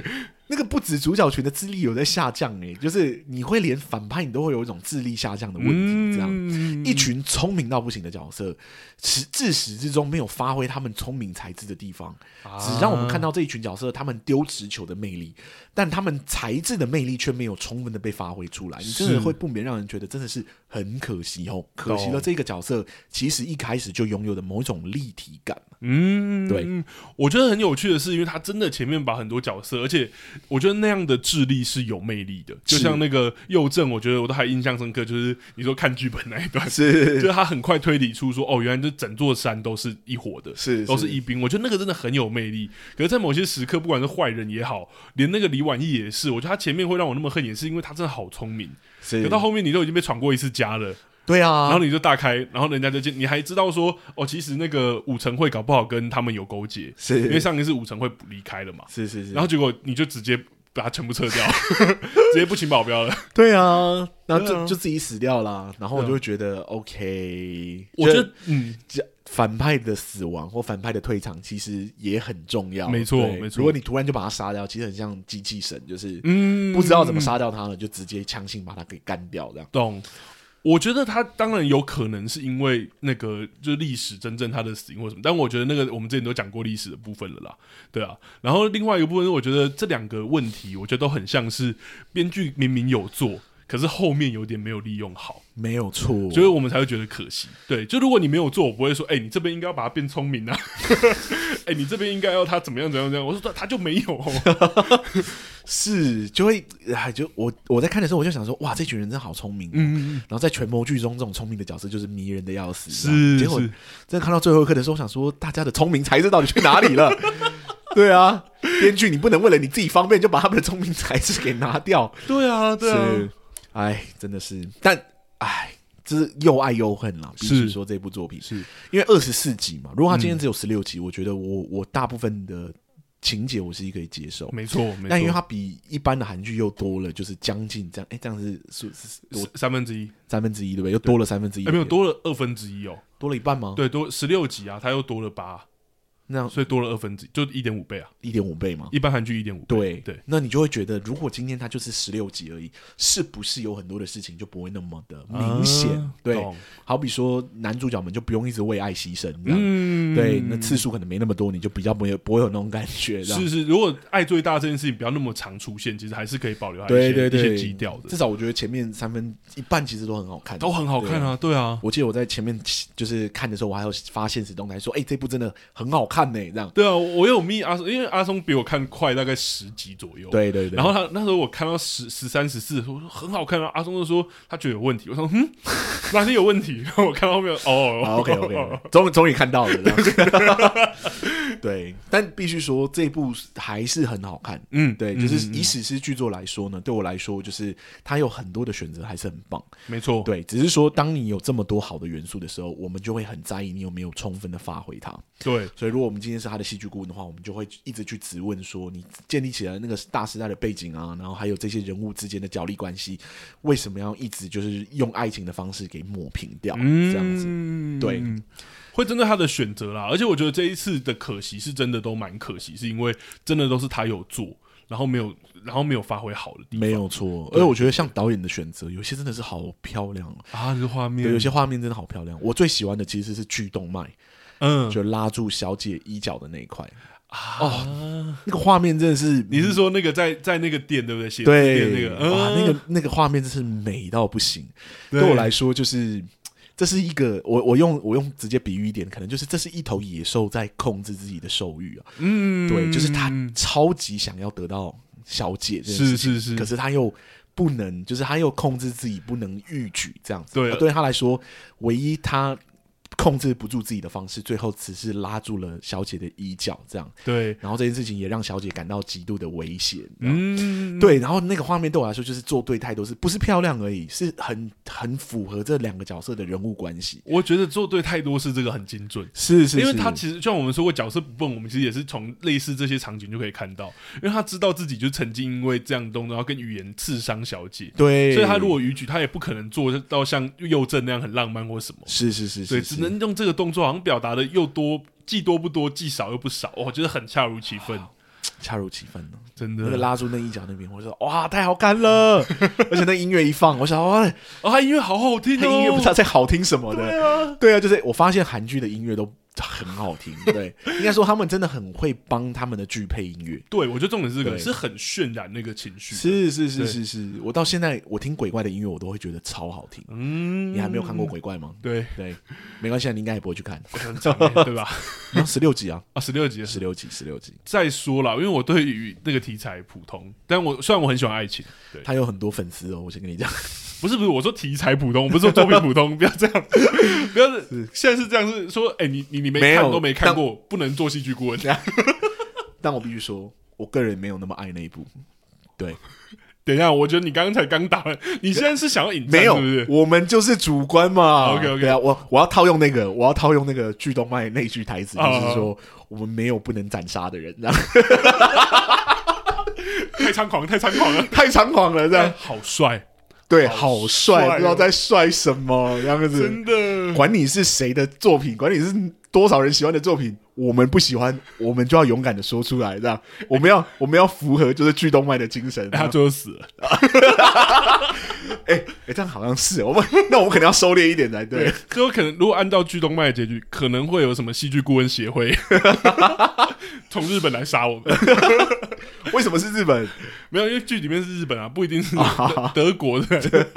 Speaker 1: 那个不止主角群的智力有在下降诶、就是你会连反派你都会有一种智力下降的问题，这样。
Speaker 2: 嗯
Speaker 1: 一群聪明到不行的角色，始自始至终没有发挥他们聪明才智的地方，只让我们看到这一群角色他们丢直球的魅力，但他们才智的魅力却没有充分的被发挥出来。你真
Speaker 2: 是
Speaker 1: 的会不免让人觉得真的是很可惜哦，可惜了这个角色其实一开始就拥有的某种立体感。
Speaker 2: 嗯，
Speaker 1: 对
Speaker 2: 嗯，我觉得很有趣的是，因为他真的前面把很多角色，而且我觉得那样的智力是有魅力的，就是像那个右正，我觉得我都还印象深刻，就是你说看剧本那一段，
Speaker 1: 是
Speaker 2: 就是他很快推理出说，哦，原来这整座山都是一伙的，
Speaker 1: 是
Speaker 2: 都是一兵，我觉得那个真的很有魅力。可是，在某些时刻，不管是坏人也好，连那个李婉义也是，我觉得他前面会让我那么恨，也是因为他真的好聪明。
Speaker 1: 是
Speaker 2: 可到后面，你都已经被闯过一次家了，
Speaker 1: 对啊，
Speaker 2: 然后你就大开，然后人家就进，你还知道说，哦，其实那个武成会搞不好跟他们有勾结，
Speaker 1: 是
Speaker 2: 因为上一次武成会离开了嘛，
Speaker 1: 是是是，
Speaker 2: 然后结果你就直接把他全部 撤掉，直接不请保镖了。
Speaker 1: 对啊，然后
Speaker 2: 对啊
Speaker 1: 就就自己死掉啦，然后我
Speaker 2: 对啊
Speaker 1: 就会觉得 OK，
Speaker 2: 我觉
Speaker 1: 就
Speaker 2: 得，嗯，
Speaker 1: 反派的死亡或反派的退场其实也很重要，
Speaker 2: 没错
Speaker 1: 对
Speaker 2: 没错
Speaker 1: 如果你突然就把他杀掉，其实很像机器神，就是
Speaker 2: 嗯，
Speaker 1: 不知道怎么杀掉他了，就直接强行把他给干掉这样。
Speaker 2: 懂。我觉得他当然有可能是因为那个就是历史真正他的死因或什么，但我觉得那个我们之前都讲过历史的部分了啦，对啊。然后另外一个部分，我觉得这两个问题，我觉得都很像是编剧明明有做，可是后面有点没有利用好。
Speaker 1: 没有错，
Speaker 2: 所以我们才会觉得可惜。对，就如果你没有做，我不会说，哎、你这边应该要把它变聪 明啊， 哎、你这边应该要他怎么样怎么样怎么样。我说他他就没有、哦，
Speaker 1: 是就会哎，就我我在看的时候，我就想说，哇，这群人真好聪明。
Speaker 2: 嗯，
Speaker 1: 然后在权谋剧中，这种聪明的角色 就是迷人的要死。
Speaker 2: 是
Speaker 1: 结果
Speaker 2: 是
Speaker 1: 真的看到最后一刻的时候，我想说，大家的聪明才智到底去哪里 了？对啊，编剧，你不能为了你自己方便就把他们的聪明才智给拿掉。
Speaker 2: 对啊，对啊，
Speaker 1: 是，哎，真的是，但哎，就是又爱又恨啦。必须
Speaker 2: 是
Speaker 1: 说这部作品，
Speaker 2: 是
Speaker 1: 因为二十四集嘛，如果他今天只有十六集，我觉得我我大部分的情节我是可以接受。
Speaker 2: 没错，嗯没
Speaker 1: 但因为
Speaker 2: 错，
Speaker 1: 它比一般的韩剧又多了，就是将近这样，哎、这样是是是多
Speaker 2: 三三分之一，
Speaker 1: 三分之一对不对？又
Speaker 2: 哎
Speaker 1: 多了三分之一，
Speaker 2: 哎、没有多了二分之一哦，
Speaker 1: 多了一半吗？
Speaker 2: 对，多十六集啊，他又多了八，
Speaker 1: 那
Speaker 2: 所以多了二分之一，就一点五倍啊，
Speaker 1: 一点五倍嘛。
Speaker 2: 一般韩剧一点五倍。
Speaker 1: 哦对
Speaker 2: 对，
Speaker 1: 那你就会觉得，如果今天它就是十六集而已，是不是有很多的事情就不会那么的明显？
Speaker 2: 啊
Speaker 1: 对，
Speaker 2: 懂
Speaker 1: 好比说男主角们就不用一直为爱牺牲，这样、
Speaker 2: 嗯，
Speaker 1: 对，那次数可能没那么多，你就比较没有不会有那种感觉，这样
Speaker 2: 是是，如果爱最大这件事情不要那么常出现，其实还是可以保留它一
Speaker 1: 对
Speaker 2: 啊些
Speaker 1: 对
Speaker 2: 一
Speaker 1: 对，
Speaker 2: 些基调的
Speaker 1: 至，少我觉得前面三分一半其实都很好看，
Speaker 2: 都很好看
Speaker 1: 对。
Speaker 2: 啊，对啊，
Speaker 1: 我记得我在前面就是看的时候，我还有发现实动态说，哎、这部真的很好看呢、这样。
Speaker 2: 对啊，我有密阿松，因为阿松比我看快大概十集左右，
Speaker 1: 对对对，
Speaker 2: 然后他那时候我看到十十三十四，我说很好看啊。阿松就说他觉得有问题，我说嗯， 哪里有问题？然后我看到后面哦
Speaker 1: 啊，OK OK，终终于看到了，这样对，但必须说这部还是很好看。
Speaker 2: 嗯，
Speaker 1: 对，
Speaker 2: 嗯
Speaker 1: 就是
Speaker 2: 嗯
Speaker 1: 以史诗巨作来说呢，对我来说，就是它有很多的选择，还是很棒。
Speaker 2: 嗯没错，
Speaker 1: 对，只是说当你有这么多好的元素的时候，我们就会很在意你有没有充分的发挥它。
Speaker 2: 对
Speaker 1: 所以，如果我们今天是他的戏剧顾问的话，我们就会一直去质问说，你建立起来那个大时代的背景啊，然后还有这些人物之间的角力关系，为什么要一直就是用爱情的方式给抹平掉？这样子，
Speaker 2: 嗯
Speaker 1: 对，
Speaker 2: 会针对他的选择啦。而且我觉得这一次的可惜是真的都蛮可惜，是因为真的都是他有做，然后没有，然后没有发挥好的地
Speaker 1: 没有错。而且我觉得像导演的选择，有些真的是好漂亮哦，
Speaker 2: 方啊，这个画面
Speaker 1: 对，有些画面真的好漂亮。我最喜欢的其实是巨动脉，
Speaker 2: 嗯
Speaker 1: 就拉住小姐衣角的那一块，哦
Speaker 2: 啊。
Speaker 1: 那个画面真的是
Speaker 2: 你是说那个在在那个店对不对？写字
Speaker 1: 对
Speaker 2: 店那个，
Speaker 1: 哇，
Speaker 2: 嗯
Speaker 1: 那个那个画面真是美到不行。
Speaker 2: 对
Speaker 1: 对我来说，就是这是一个我我用我用直接比喻一点，可能就是这是一头野兽在控制自己的兽欲啊。
Speaker 2: 嗯，
Speaker 1: 对，就是他超级想要得到小姐这件事
Speaker 2: 是
Speaker 1: 情，
Speaker 2: 是是，
Speaker 1: 可是他又。不能，就是他又控制自己，不能欲举这样子。
Speaker 2: 对
Speaker 1: 而对他来说，唯一他控制不住自己的方式，最后只是拉住了小姐的衣角，这样。
Speaker 2: 对，
Speaker 1: 然后这件事情也让小姐感到极度的危险。这样
Speaker 2: 嗯，
Speaker 1: 对，然后那个画面对我来说就是做对态度，是不是漂亮而已，是很很符合这两个角色的人物关系。
Speaker 2: 我觉得做对太多事这个很精准，
Speaker 1: 是是
Speaker 2: 因为他其实就像我们说过，角色不笨，我们其实也是从类似这些场景就可以看到，因为他知道自己就曾经因为这样的动作，然后跟语言刺伤小姐，
Speaker 1: 对，
Speaker 2: 所以他如果逾矩，他也不可能做到像右正那样很浪漫或什么，
Speaker 1: 是是是
Speaker 2: 所以
Speaker 1: 是
Speaker 2: 只
Speaker 1: 是
Speaker 2: 能用这个动作，好像表达的又多，既多不多，既少又不少，哇我觉得很恰如其分，
Speaker 1: 恰如其分了。
Speaker 2: 真
Speaker 1: 那
Speaker 2: 的
Speaker 1: 个。拉住那一脚那边，我就说哇，太好看了！ 而且那音乐一放，我想哇，
Speaker 2: 啊，他音乐好好听
Speaker 1: 那
Speaker 2: 哦，
Speaker 1: 音乐不知道在好听什么
Speaker 2: 对
Speaker 1: 的。
Speaker 2: 啊，
Speaker 1: 对啊，就是我发现韩剧的音乐都很好 听。对，应该说他们真的很会帮他们的剧配音乐。
Speaker 2: 对我觉得重点是这个
Speaker 1: 对
Speaker 2: 是很渲染那个情绪，
Speaker 1: 是是
Speaker 2: 对
Speaker 1: 是是是，我到现在我听鬼怪的音乐，我都会觉得超好听。
Speaker 2: 嗯，
Speaker 1: 你还没有看过鬼怪吗？
Speaker 2: 对，
Speaker 1: 对，没关系，啊，你应该也不会去看。
Speaker 2: 我很 长欸对吧？
Speaker 1: 然后十六集啊，
Speaker 2: 啊，十六集的
Speaker 1: 十六集，十六集，
Speaker 2: 再说了，因为我对于那个题材普通，但我虽然我很喜欢爱情，对，
Speaker 1: 他有很多粉丝哦。我先跟你讲，
Speaker 2: 不是不是，我说题材普通，我不是说作品普通， 不要这样，不要是现在是这样，是说，哎、你你你没
Speaker 1: 没有啊
Speaker 2: 看都没看过，不能做戏剧顾问，
Speaker 1: 但我必须说，我个人没有那么爱那一部。对，
Speaker 2: 等一下，我觉得你刚才刚打完，你现在是想要引战
Speaker 1: 没有
Speaker 2: 是不是，？
Speaker 1: 我们就是主观嘛。
Speaker 2: OK，OK
Speaker 1: 对啊，我我要套用那个，我要套用那个剧动脉那句台词，
Speaker 2: 啊
Speaker 1: 就是说我们没有不能斩杀的人，这样
Speaker 2: 太猖狂，太猖狂了，
Speaker 1: 太猖狂了，这
Speaker 2: 哎
Speaker 1: 样
Speaker 2: 好帅，
Speaker 1: 对，
Speaker 2: 好
Speaker 1: 好
Speaker 2: 帅
Speaker 1: 帅，
Speaker 2: 哦
Speaker 1: 不知道在帅什么，这样子。
Speaker 2: 真的，
Speaker 1: 管你是谁的作品，管你是多少人喜欢的作品，我们不喜欢，我们就要勇敢的说出来，这样我们要我们要符合就是巨动脉的精神。
Speaker 2: 哎他
Speaker 1: 哎、
Speaker 2: 最后死了，
Speaker 1: 诶这样好像是哦我们，那我们可能要收敛一点才对。
Speaker 2: 最后可能如果按照剧动脉的结局，可能会有什么戏剧顾问协会 从日本来杀我们。
Speaker 1: 为什么是日本？
Speaker 2: 没有，因为剧里面是日本啊，不一定是德德国的。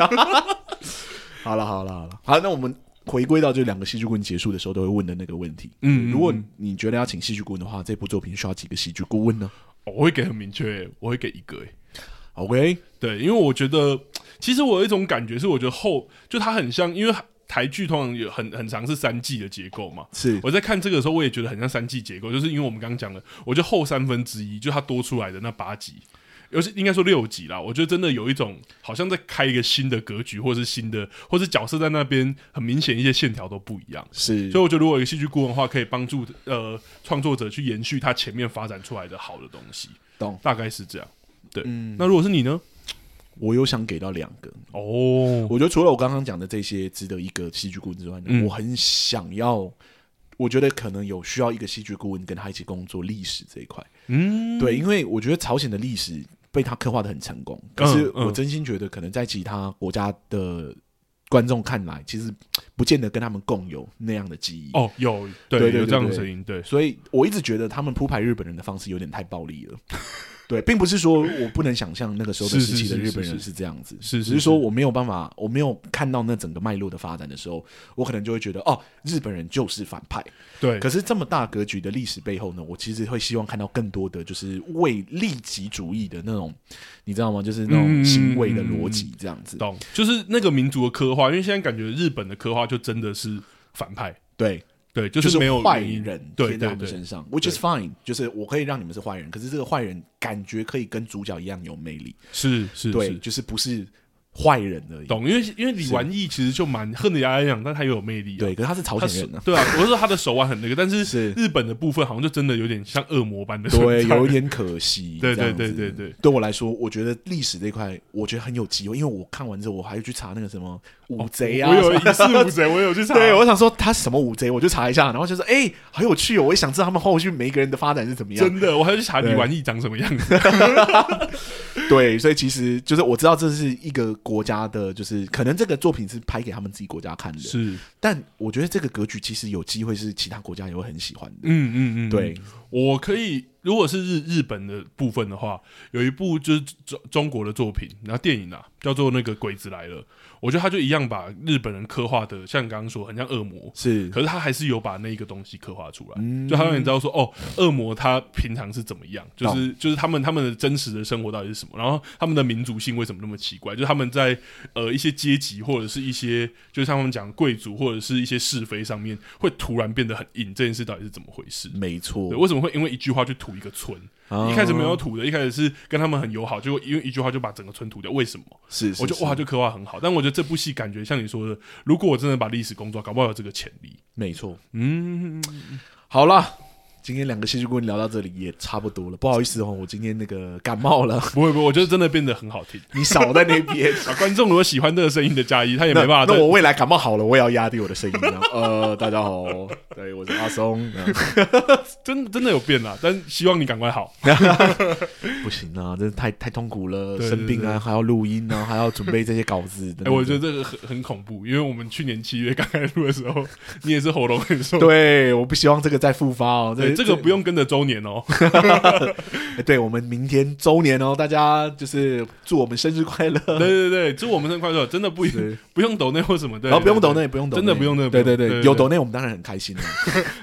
Speaker 1: 好了好了好了，好，那我们回归到这两个戏剧顾问结束的时候都会问的那个问题。
Speaker 2: 嗯
Speaker 1: 如果你觉得要请戏剧顾问的话，这部作品需要几个戏剧顾问呢
Speaker 2: 哦我会给很明确、我会给一个、欸。
Speaker 1: ？OK，
Speaker 2: 对，因为我觉得，其实我有一种感觉是，我觉得后就它很像，因为台剧通常有很很长是三季的结构嘛。
Speaker 1: 是
Speaker 2: 我在看这个的时候，我也觉得很像三季结构，就是因为我们刚刚讲的，我觉得后三分之一就它多出来的那八集，尤其应该说六集啦，我觉得真的有一种好像在开一个新的格局，或是新的，或是角色在那边很明显一些线条都不一样。
Speaker 1: 是
Speaker 2: 所以我觉得，如果有一个戏剧顾问的话，可以帮助呃创作者去延续他前面发展出来的好的东西，
Speaker 1: 懂。嗯
Speaker 2: 大概是这样。对，那如果是你呢？
Speaker 1: 我有想给到两个，
Speaker 2: 哦，
Speaker 1: 我觉得除了我刚刚讲的这些值得一个戏剧顾问之外呢，
Speaker 2: 嗯
Speaker 1: 我很想要我觉得可能有需要一个戏剧顾问跟他一起工作历史这一块。
Speaker 2: 嗯，
Speaker 1: 对，因为我觉得朝鲜的历史被他刻画的很成功，可
Speaker 2: 嗯
Speaker 1: 是我真心觉得，可能在其他国家的观众看来，其实不见得跟他们共有那样的记忆。
Speaker 2: 哦，有对
Speaker 1: 对对
Speaker 2: 有这样的
Speaker 1: 对
Speaker 2: 声音，对，
Speaker 1: 所以我一直觉得他们铺排日本人的方式有点太暴力了。对，并不是说我不能想象那个时候的
Speaker 2: 是
Speaker 1: 时期
Speaker 2: 是
Speaker 1: 的
Speaker 2: 是
Speaker 1: 日本
Speaker 2: 是
Speaker 1: 人
Speaker 2: 是
Speaker 1: 是这样子，
Speaker 2: 是是
Speaker 1: 只是说
Speaker 2: 是
Speaker 1: 我没有办法，我没有看到那整个脉络的发展的时候，我可能就会觉得哦，日本人就是反派。
Speaker 2: 对，
Speaker 1: 可是这么大格局的历史背后呢，我其实会希望看到更多的就是为利己主义的那种，你知道吗？就是那种
Speaker 2: 嗯
Speaker 1: 行为的逻辑这样子。
Speaker 2: 懂，就是那个民族的刻画，因为现在感觉日本的刻画就真的是反派，
Speaker 1: 对，
Speaker 2: 对，
Speaker 1: 就
Speaker 2: 没有
Speaker 1: 坏
Speaker 2: 原因
Speaker 1: 人
Speaker 2: 对
Speaker 1: 贴在他
Speaker 2: 对
Speaker 1: 们身
Speaker 2: 对，
Speaker 1: 上，which is fine，就是我可以让你们是坏人，可是这个坏人感觉可以跟主角一样有魅力，
Speaker 2: 是是
Speaker 1: 对，
Speaker 2: 是，
Speaker 1: 就是不是坏人而已。
Speaker 2: 懂，因为因为李完义其实就蛮恨得牙痒痒，但他也有魅力、啊，
Speaker 1: 对，可是他是朝
Speaker 2: 他
Speaker 1: 鲜
Speaker 2: 手
Speaker 1: 人呢、
Speaker 2: 对啊，我是说他的手腕很那个，但是
Speaker 1: 是
Speaker 2: 日本的部分好像就真的有点像恶魔般的 存
Speaker 1: 对，
Speaker 2: 在
Speaker 1: 有一点可惜。
Speaker 2: 对对
Speaker 1: 这样子
Speaker 2: 对对对，
Speaker 1: 对我来说，我觉得历史这一块，我觉得很有机会，因为我看完之后，我还去查那个什么武贼啊，
Speaker 2: 哦我有
Speaker 1: 什么
Speaker 2: 一世无贼，我有去 查，
Speaker 1: 对，我想说他是什么武贼，我就查一下，然后就说，哎、好有趣哦！我也想知道他们后续每一个人的发展是怎么样。
Speaker 2: 真的，我还要去查李
Speaker 1: 对
Speaker 2: 完义长什么样子，
Speaker 1: 对，所以其实就是我知道这是一个国家的，就是可能这个作品是拍给他们自己国家看的，
Speaker 2: 是，
Speaker 1: 但我觉得这个格局其实有机会是其他国家也会很喜欢的。
Speaker 2: 嗯嗯嗯，
Speaker 1: 对，
Speaker 2: 我可以，如果是日日本的部分的话，有一部就是中中国的作品，然后电影啊，叫做那个《鬼子来了》，我觉得他就一样把日本人刻画的，像你刚刚说，很像恶魔，
Speaker 1: 是
Speaker 2: 可是他还是有把那一个东西刻画出来，
Speaker 1: 嗯
Speaker 2: 就他让你知道说，哦，恶魔他平常是怎么样，就是就是他们他们的真实的生活到底是什么，然后他们的民族性为什么那么奇怪，就是他们在呃一些阶级或者是一些就是像他们讲贵族或者是一些是非上面会突然变得很硬，这件事到底是怎么回事？
Speaker 1: 没错
Speaker 2: 对，，为什么会因为一句话去吐一个村？
Speaker 1: 啊
Speaker 2: 一开始没有吐的，一开始是跟他们很友好，结果因为一句话就把整个村吐掉。为什么？
Speaker 1: 是，是
Speaker 2: 我觉
Speaker 1: 是
Speaker 2: 得哇，就刻画很好。但我觉得这部戏感觉像你说的，如果我真的把历史工作，搞不好有这个潜力。
Speaker 1: 没错。
Speaker 2: 嗯，
Speaker 1: 好了。今天两个戏剧顾问聊到这里也差不多了，不好意思哦，我今天那个感冒 了，
Speaker 2: 不会不会，我觉得真的变得很好听。
Speaker 1: 你少在那边。
Speaker 2: 啊，观众如果喜欢这个声音的加 一，他也没
Speaker 1: 那
Speaker 2: 办法
Speaker 1: 那
Speaker 2: 再。
Speaker 1: 我未来感冒好了，我也要压低我的声音啊。呃，大家好，对，我是阿松。嗯
Speaker 2: 真真的有变啦，但希望你赶快好。
Speaker 1: 不行啊， 真的太太痛苦了，
Speaker 2: 对对
Speaker 1: 生病啊，还要录音啊， 还要准备这些稿子。
Speaker 2: 哎、
Speaker 1: 哎
Speaker 2: 我觉得这个很很恐怖，因为我们去年七月刚开录的时 候，你也是喉咙很受。
Speaker 1: 对，我不希望这个再复发哦。
Speaker 2: 对，哎这个不
Speaker 1: 用
Speaker 2: 用跟着周年 哦。。
Speaker 1: 哎对我们明天周年哦，大家就是祝我们生日快乐。
Speaker 2: 对对对，祝我们生日快乐！真的不
Speaker 1: 是
Speaker 2: 不用抖内或什么的，
Speaker 1: 然后啊不用抖
Speaker 2: 对
Speaker 1: 内，不用抖内，
Speaker 2: 真的不用真的
Speaker 1: 对
Speaker 2: 不
Speaker 1: 对
Speaker 2: 用对
Speaker 1: 对，
Speaker 2: 对
Speaker 1: 有
Speaker 2: 对
Speaker 1: 抖内我们当然很开心了。啊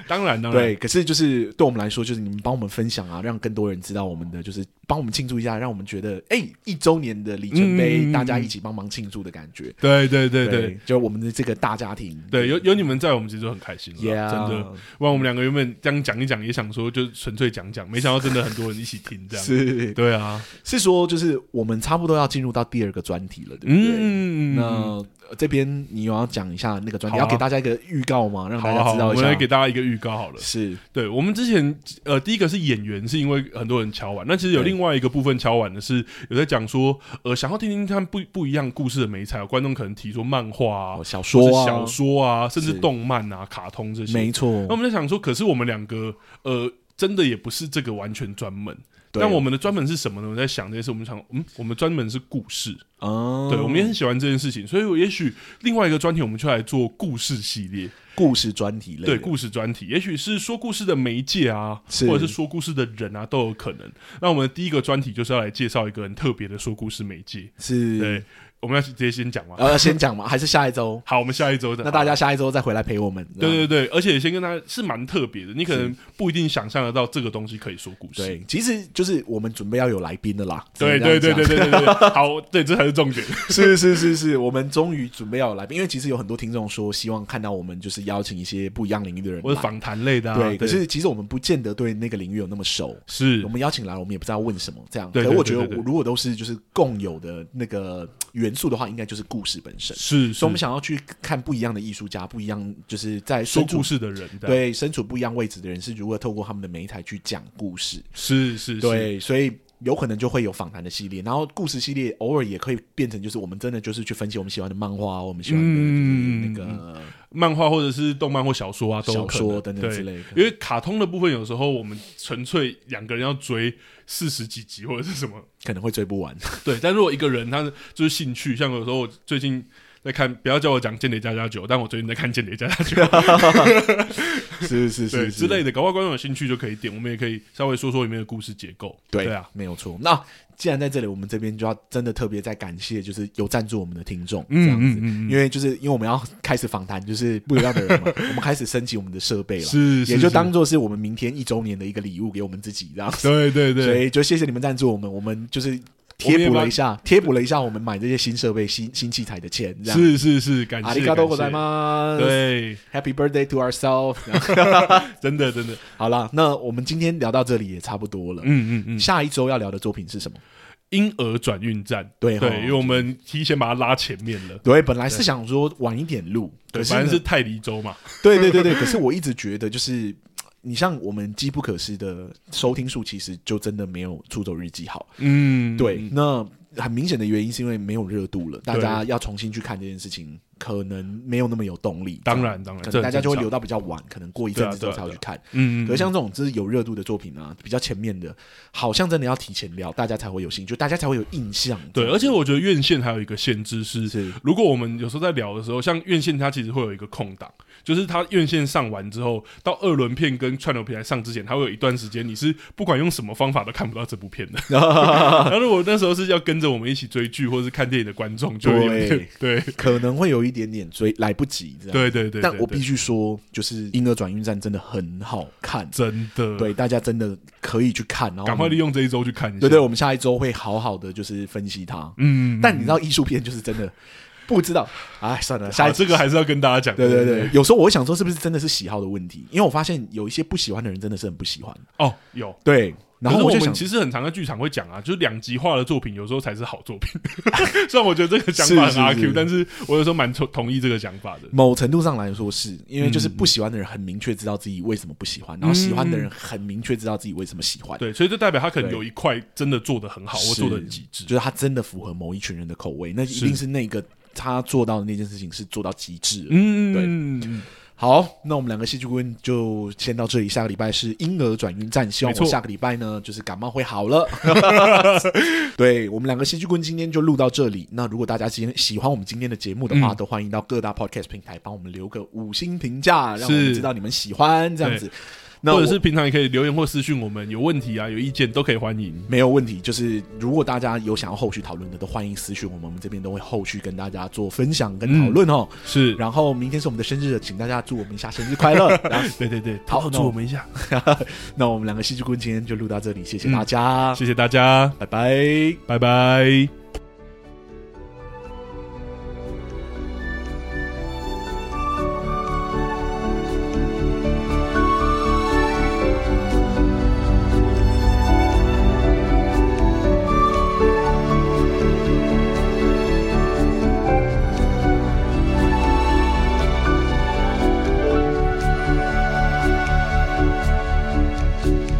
Speaker 2: 当然，当然，
Speaker 1: 对，可是就是对我们来说，就是你们帮我们分享啊，让更多人知道我们的，就是帮我们庆祝一下，让我们觉得哎、一周年的里程
Speaker 2: 嗯嗯嗯
Speaker 1: 碑，
Speaker 2: 嗯
Speaker 1: 大家一起帮忙庆祝的感觉。
Speaker 2: 对，对，对，对，，
Speaker 1: 就我们的这个大家庭，
Speaker 2: 对，有有你们在，我们其实就很开心了
Speaker 1: Yeah，
Speaker 2: 真的。不然我们两个原本这样讲一讲，也想说就纯粹讲讲，没想到真的很多人一起听这样。
Speaker 1: 是
Speaker 2: 对啊，
Speaker 1: 是说，就是我们差不多要进入到第二个专题了，对不对？
Speaker 2: 嗯，
Speaker 1: 那
Speaker 2: 好
Speaker 1: 呃这边你有要讲一下那个专题，
Speaker 2: 好啊
Speaker 1: 要给大家一个预告吗？让大
Speaker 2: 好啊
Speaker 1: 家
Speaker 2: 好，
Speaker 1: 知道
Speaker 2: 我
Speaker 1: 一
Speaker 2: 们
Speaker 1: 下。
Speaker 2: 来给大家一个预告好了。
Speaker 1: 是
Speaker 2: 对我们之前呃，第一个是演员，是因为很多人敲碗。那其实有
Speaker 1: 对
Speaker 2: 另外一个部分敲碗的是有在讲说，呃，想要听听看不不一样故事的美材，有观众可能提出漫画啊
Speaker 1: 哦，小
Speaker 2: 或是
Speaker 1: 说啊，
Speaker 2: 小说啊，甚至
Speaker 1: 是
Speaker 2: 动漫啊、卡通这些。
Speaker 1: 没错
Speaker 2: 那我。们在想说，可是我们两个呃，真的也不是这个完全专门。
Speaker 1: 对
Speaker 2: 但我们的专门是什么呢？我在想这件事，我们想，嗯，我们专门是故事，
Speaker 1: 哦，
Speaker 2: 对，我们也很喜欢这件事情，所以我也许另外一个专题，我们就来做故事系列，
Speaker 1: 故事专题类的，
Speaker 2: 对，故事专题，也许是说故事的媒介啊，
Speaker 1: 是
Speaker 2: 或者是说故事的人啊，都有可能。那我们的第一个专题就是要来介绍一个很特别的说故事媒介，
Speaker 1: 是
Speaker 2: 对，我们要直接先讲吗？
Speaker 1: 呃要先讲吗？还是下一周？
Speaker 2: 好，我们下一周的，
Speaker 1: 那大家下一周再回来陪我们。这样
Speaker 2: 对对对，而且先跟大家是蛮特别的，你可能不一定想象得到这个东西可以说故事。
Speaker 1: 对，其实就是我们准备要有来宾的啦。
Speaker 2: 对
Speaker 1: 只能
Speaker 2: 对
Speaker 1: 这
Speaker 2: 对
Speaker 1: 样
Speaker 2: 对
Speaker 1: 讲，
Speaker 2: 对对对，好，对，这才是重点。
Speaker 1: 是是是是，我们终于准备要有来宾，因为其实有很多听众说希望看到我们就是邀请一些不一样领域的人
Speaker 2: 我是
Speaker 1: 来
Speaker 2: 访谈类的、啊，
Speaker 1: 对，可是其实我们不见得对那个领域有那么熟。
Speaker 2: 是
Speaker 1: 我们邀请来，我们也不知道问什么这样。
Speaker 2: 对
Speaker 1: 可
Speaker 2: 对
Speaker 1: 是我觉得，
Speaker 2: 对对对
Speaker 1: 我如果都是就是共有的那个元素的话，应该就是故事本身。
Speaker 2: 是，
Speaker 1: 所以我们
Speaker 2: 是
Speaker 1: 想要去看不一样的艺术家，不一样就是在
Speaker 2: 说
Speaker 1: 身处
Speaker 2: 故事的人，这样，
Speaker 1: 对身处不一样位置的人是如何透过他们的媒材去讲故事。
Speaker 2: 是是是，
Speaker 1: 对，所以有可能就会有访谈的系列，然后故事系列偶尔也可以变成就是我们真的就是去分析我们喜欢的漫画，啊我们喜欢的
Speaker 2: 嗯
Speaker 1: 就是那个
Speaker 2: 漫画或者是动漫或小说啊，都有
Speaker 1: 小
Speaker 2: 可
Speaker 1: 说
Speaker 2: 能
Speaker 1: 等等
Speaker 2: 对
Speaker 1: 之类的。
Speaker 2: 因为卡通的部分，有时候我们纯粹两个人要追四十几集或者是什 么，
Speaker 1: 可能会追不完。
Speaker 2: 对。但如果一个人他是就是兴趣，像有时候我最近在看，不要叫我讲《间谍加加酒》，但我最近在看《间谍加加 酒》
Speaker 1: 是是是
Speaker 2: 对之
Speaker 1: 是
Speaker 2: 类的，搞不好观众有兴趣就可以点，我们也可以稍微说说里面的故事结构。
Speaker 1: 对
Speaker 2: 啊，，
Speaker 1: 没有错。那既然在这里，我们这边就要真的特别再感谢，就是有赞助我们的听众，这样
Speaker 2: 嗯
Speaker 1: 子。
Speaker 2: 嗯
Speaker 1: 因为就是因为我们要开始访谈，就是不一样的人嘛，我们开始升级我们的设备了，
Speaker 2: 是，
Speaker 1: 也
Speaker 2: 是
Speaker 1: 就是当做是我们明天一周年的一个礼物给我们自己，这样子。
Speaker 2: 对对对，
Speaker 1: 所以就谢谢你们赞助我们，我们就是
Speaker 2: 我们也
Speaker 1: 贴补
Speaker 2: 把
Speaker 1: 了一下，贴补了一下我们买这些新设备、新新器材的钱，这样。
Speaker 2: 是是是，感谢，
Speaker 1: 阿里嘎多ござい
Speaker 2: 感谢
Speaker 1: ます
Speaker 2: 对，
Speaker 1: ，Happy birthday to ourselves。
Speaker 2: 真的真的，
Speaker 1: 好了，那我们今天聊到这里也差不多了。
Speaker 2: 嗯嗯嗯，
Speaker 1: 下一周要聊的作品是什么？
Speaker 2: 婴儿转运站，
Speaker 1: 对
Speaker 2: 对
Speaker 1: 吼，
Speaker 2: 因为我们提前把它拉前面了，
Speaker 1: 对，本来是想说晚一点录，
Speaker 2: 对，
Speaker 1: 可
Speaker 2: 反正
Speaker 1: 呢
Speaker 2: 是泰迪州嘛，
Speaker 1: 对对对对，可是我一直觉得就是。你像我们机不可失的收听数，其实就真的没有《出走日记》好。
Speaker 2: 嗯，
Speaker 1: 对，
Speaker 2: 嗯
Speaker 1: 那很明显的原因是因为没有热度了，大
Speaker 2: 对
Speaker 1: 家要重新去看这件事情，可能没有那么有动力。
Speaker 2: 当，然当然，
Speaker 1: 可
Speaker 2: 这
Speaker 1: 能
Speaker 2: 很
Speaker 1: 大家就会
Speaker 2: 正
Speaker 1: 留
Speaker 2: 常，
Speaker 1: 到比较晚，可能过一
Speaker 2: 对啊
Speaker 1: 阵子之后
Speaker 2: 对
Speaker 1: 才
Speaker 2: 啊
Speaker 1: 会
Speaker 2: 对
Speaker 1: 去看。
Speaker 2: 嗯嗯，
Speaker 1: 可是像这种就是有热度的作品啊，比较前面的，好像真的要提前聊，大家才会有兴趣，大家才会有印象。
Speaker 2: 对，而且我觉得院线还有一个限制是，
Speaker 1: 是
Speaker 2: 如果我们有时候在聊的时候，像院线它其实会有一个空档，就是它院线上完之后，到二轮片跟串流平台上之前，它会有一段时间你是不管用什么方法都看不到这部片 的。然后如果那时候是要跟着我们一起追剧或是看电影的观众，就会有点对
Speaker 1: 可能会有一点点追来不及这样。
Speaker 2: 对对对，
Speaker 1: 但我必
Speaker 2: 须
Speaker 1: 须说，就是《婴儿转运站》真的很好看，
Speaker 2: 真的
Speaker 1: 对大家真的可以去看，然后
Speaker 2: 赶快利用这一周去看一下。
Speaker 1: 对对，我们下一周会好好的就是分析它。
Speaker 2: 嗯，
Speaker 1: 但你知道艺术片就是真的不知道，哎，算了，下
Speaker 2: 好，
Speaker 1: 一
Speaker 2: 这个还是要跟大家讲。
Speaker 1: 对对对，有时候我会想说是不是真的是喜好的问题，因为我发现有一些不喜欢的人真的是很不喜欢。
Speaker 2: 哦，有。
Speaker 1: 对，然后
Speaker 2: 可是
Speaker 1: 就
Speaker 2: 我
Speaker 1: 想
Speaker 2: 们，其实很常在剧场会讲啊，就是两极化的作品有时候才是好作品。 虽然我觉得这个想法
Speaker 1: 是
Speaker 2: 很
Speaker 1: 是
Speaker 2: 阿 Q，
Speaker 1: 是
Speaker 2: 但是我有时候蛮同同意这个想法的。
Speaker 1: 某程度上来说是，因为
Speaker 2: 嗯
Speaker 1: 就是不喜欢的人很明确知道自己为什么不喜欢，然后喜欢的人很明确知道自己为什么喜欢。
Speaker 2: 对，所以这代表他可能
Speaker 1: 对
Speaker 2: 有一块真的做得很好，或
Speaker 1: 是
Speaker 2: 做得很极致。
Speaker 1: 就是他真的符合某一群人的口味，那一定是那个他做到的那件事情是做到极致了。
Speaker 2: 嗯，对，
Speaker 1: 好，那我们两个戏剧顾问就先到这里，下个礼拜是婴儿转运站，希望
Speaker 2: 没
Speaker 1: 我
Speaker 2: 错
Speaker 1: 下个礼拜呢就是感冒会好 了。对我们两个戏剧顾问今天就录到这里。那如果大家今天喜欢我们今天的节目的话，
Speaker 2: 嗯
Speaker 1: 都欢迎到各大 podcast 平台帮我们留个五星评价，让我们
Speaker 2: 是
Speaker 1: 知道你们喜欢这样子。那
Speaker 2: 或
Speaker 1: 我
Speaker 2: 者是平常也可以留言或私讯我们，有问题啊、有意见都可以欢迎。
Speaker 1: 没有问题，就是如果大家有想要后续讨论的，都欢迎私讯我们，我们这边都会后续跟大家做分享跟讨论哦。
Speaker 2: 是，
Speaker 1: 然后明天是我们的生日了，请大家祝我们一下生日快乐。然后
Speaker 2: 对对对，
Speaker 1: 好
Speaker 2: 好，
Speaker 1: 那
Speaker 2: 祝我
Speaker 1: 我
Speaker 2: 们一下，
Speaker 1: 那我们两个戏剧顾问今天就录到这里，谢谢大家，
Speaker 2: 谢谢大家，
Speaker 1: 拜拜。
Speaker 2: 拜拜。
Speaker 3: 「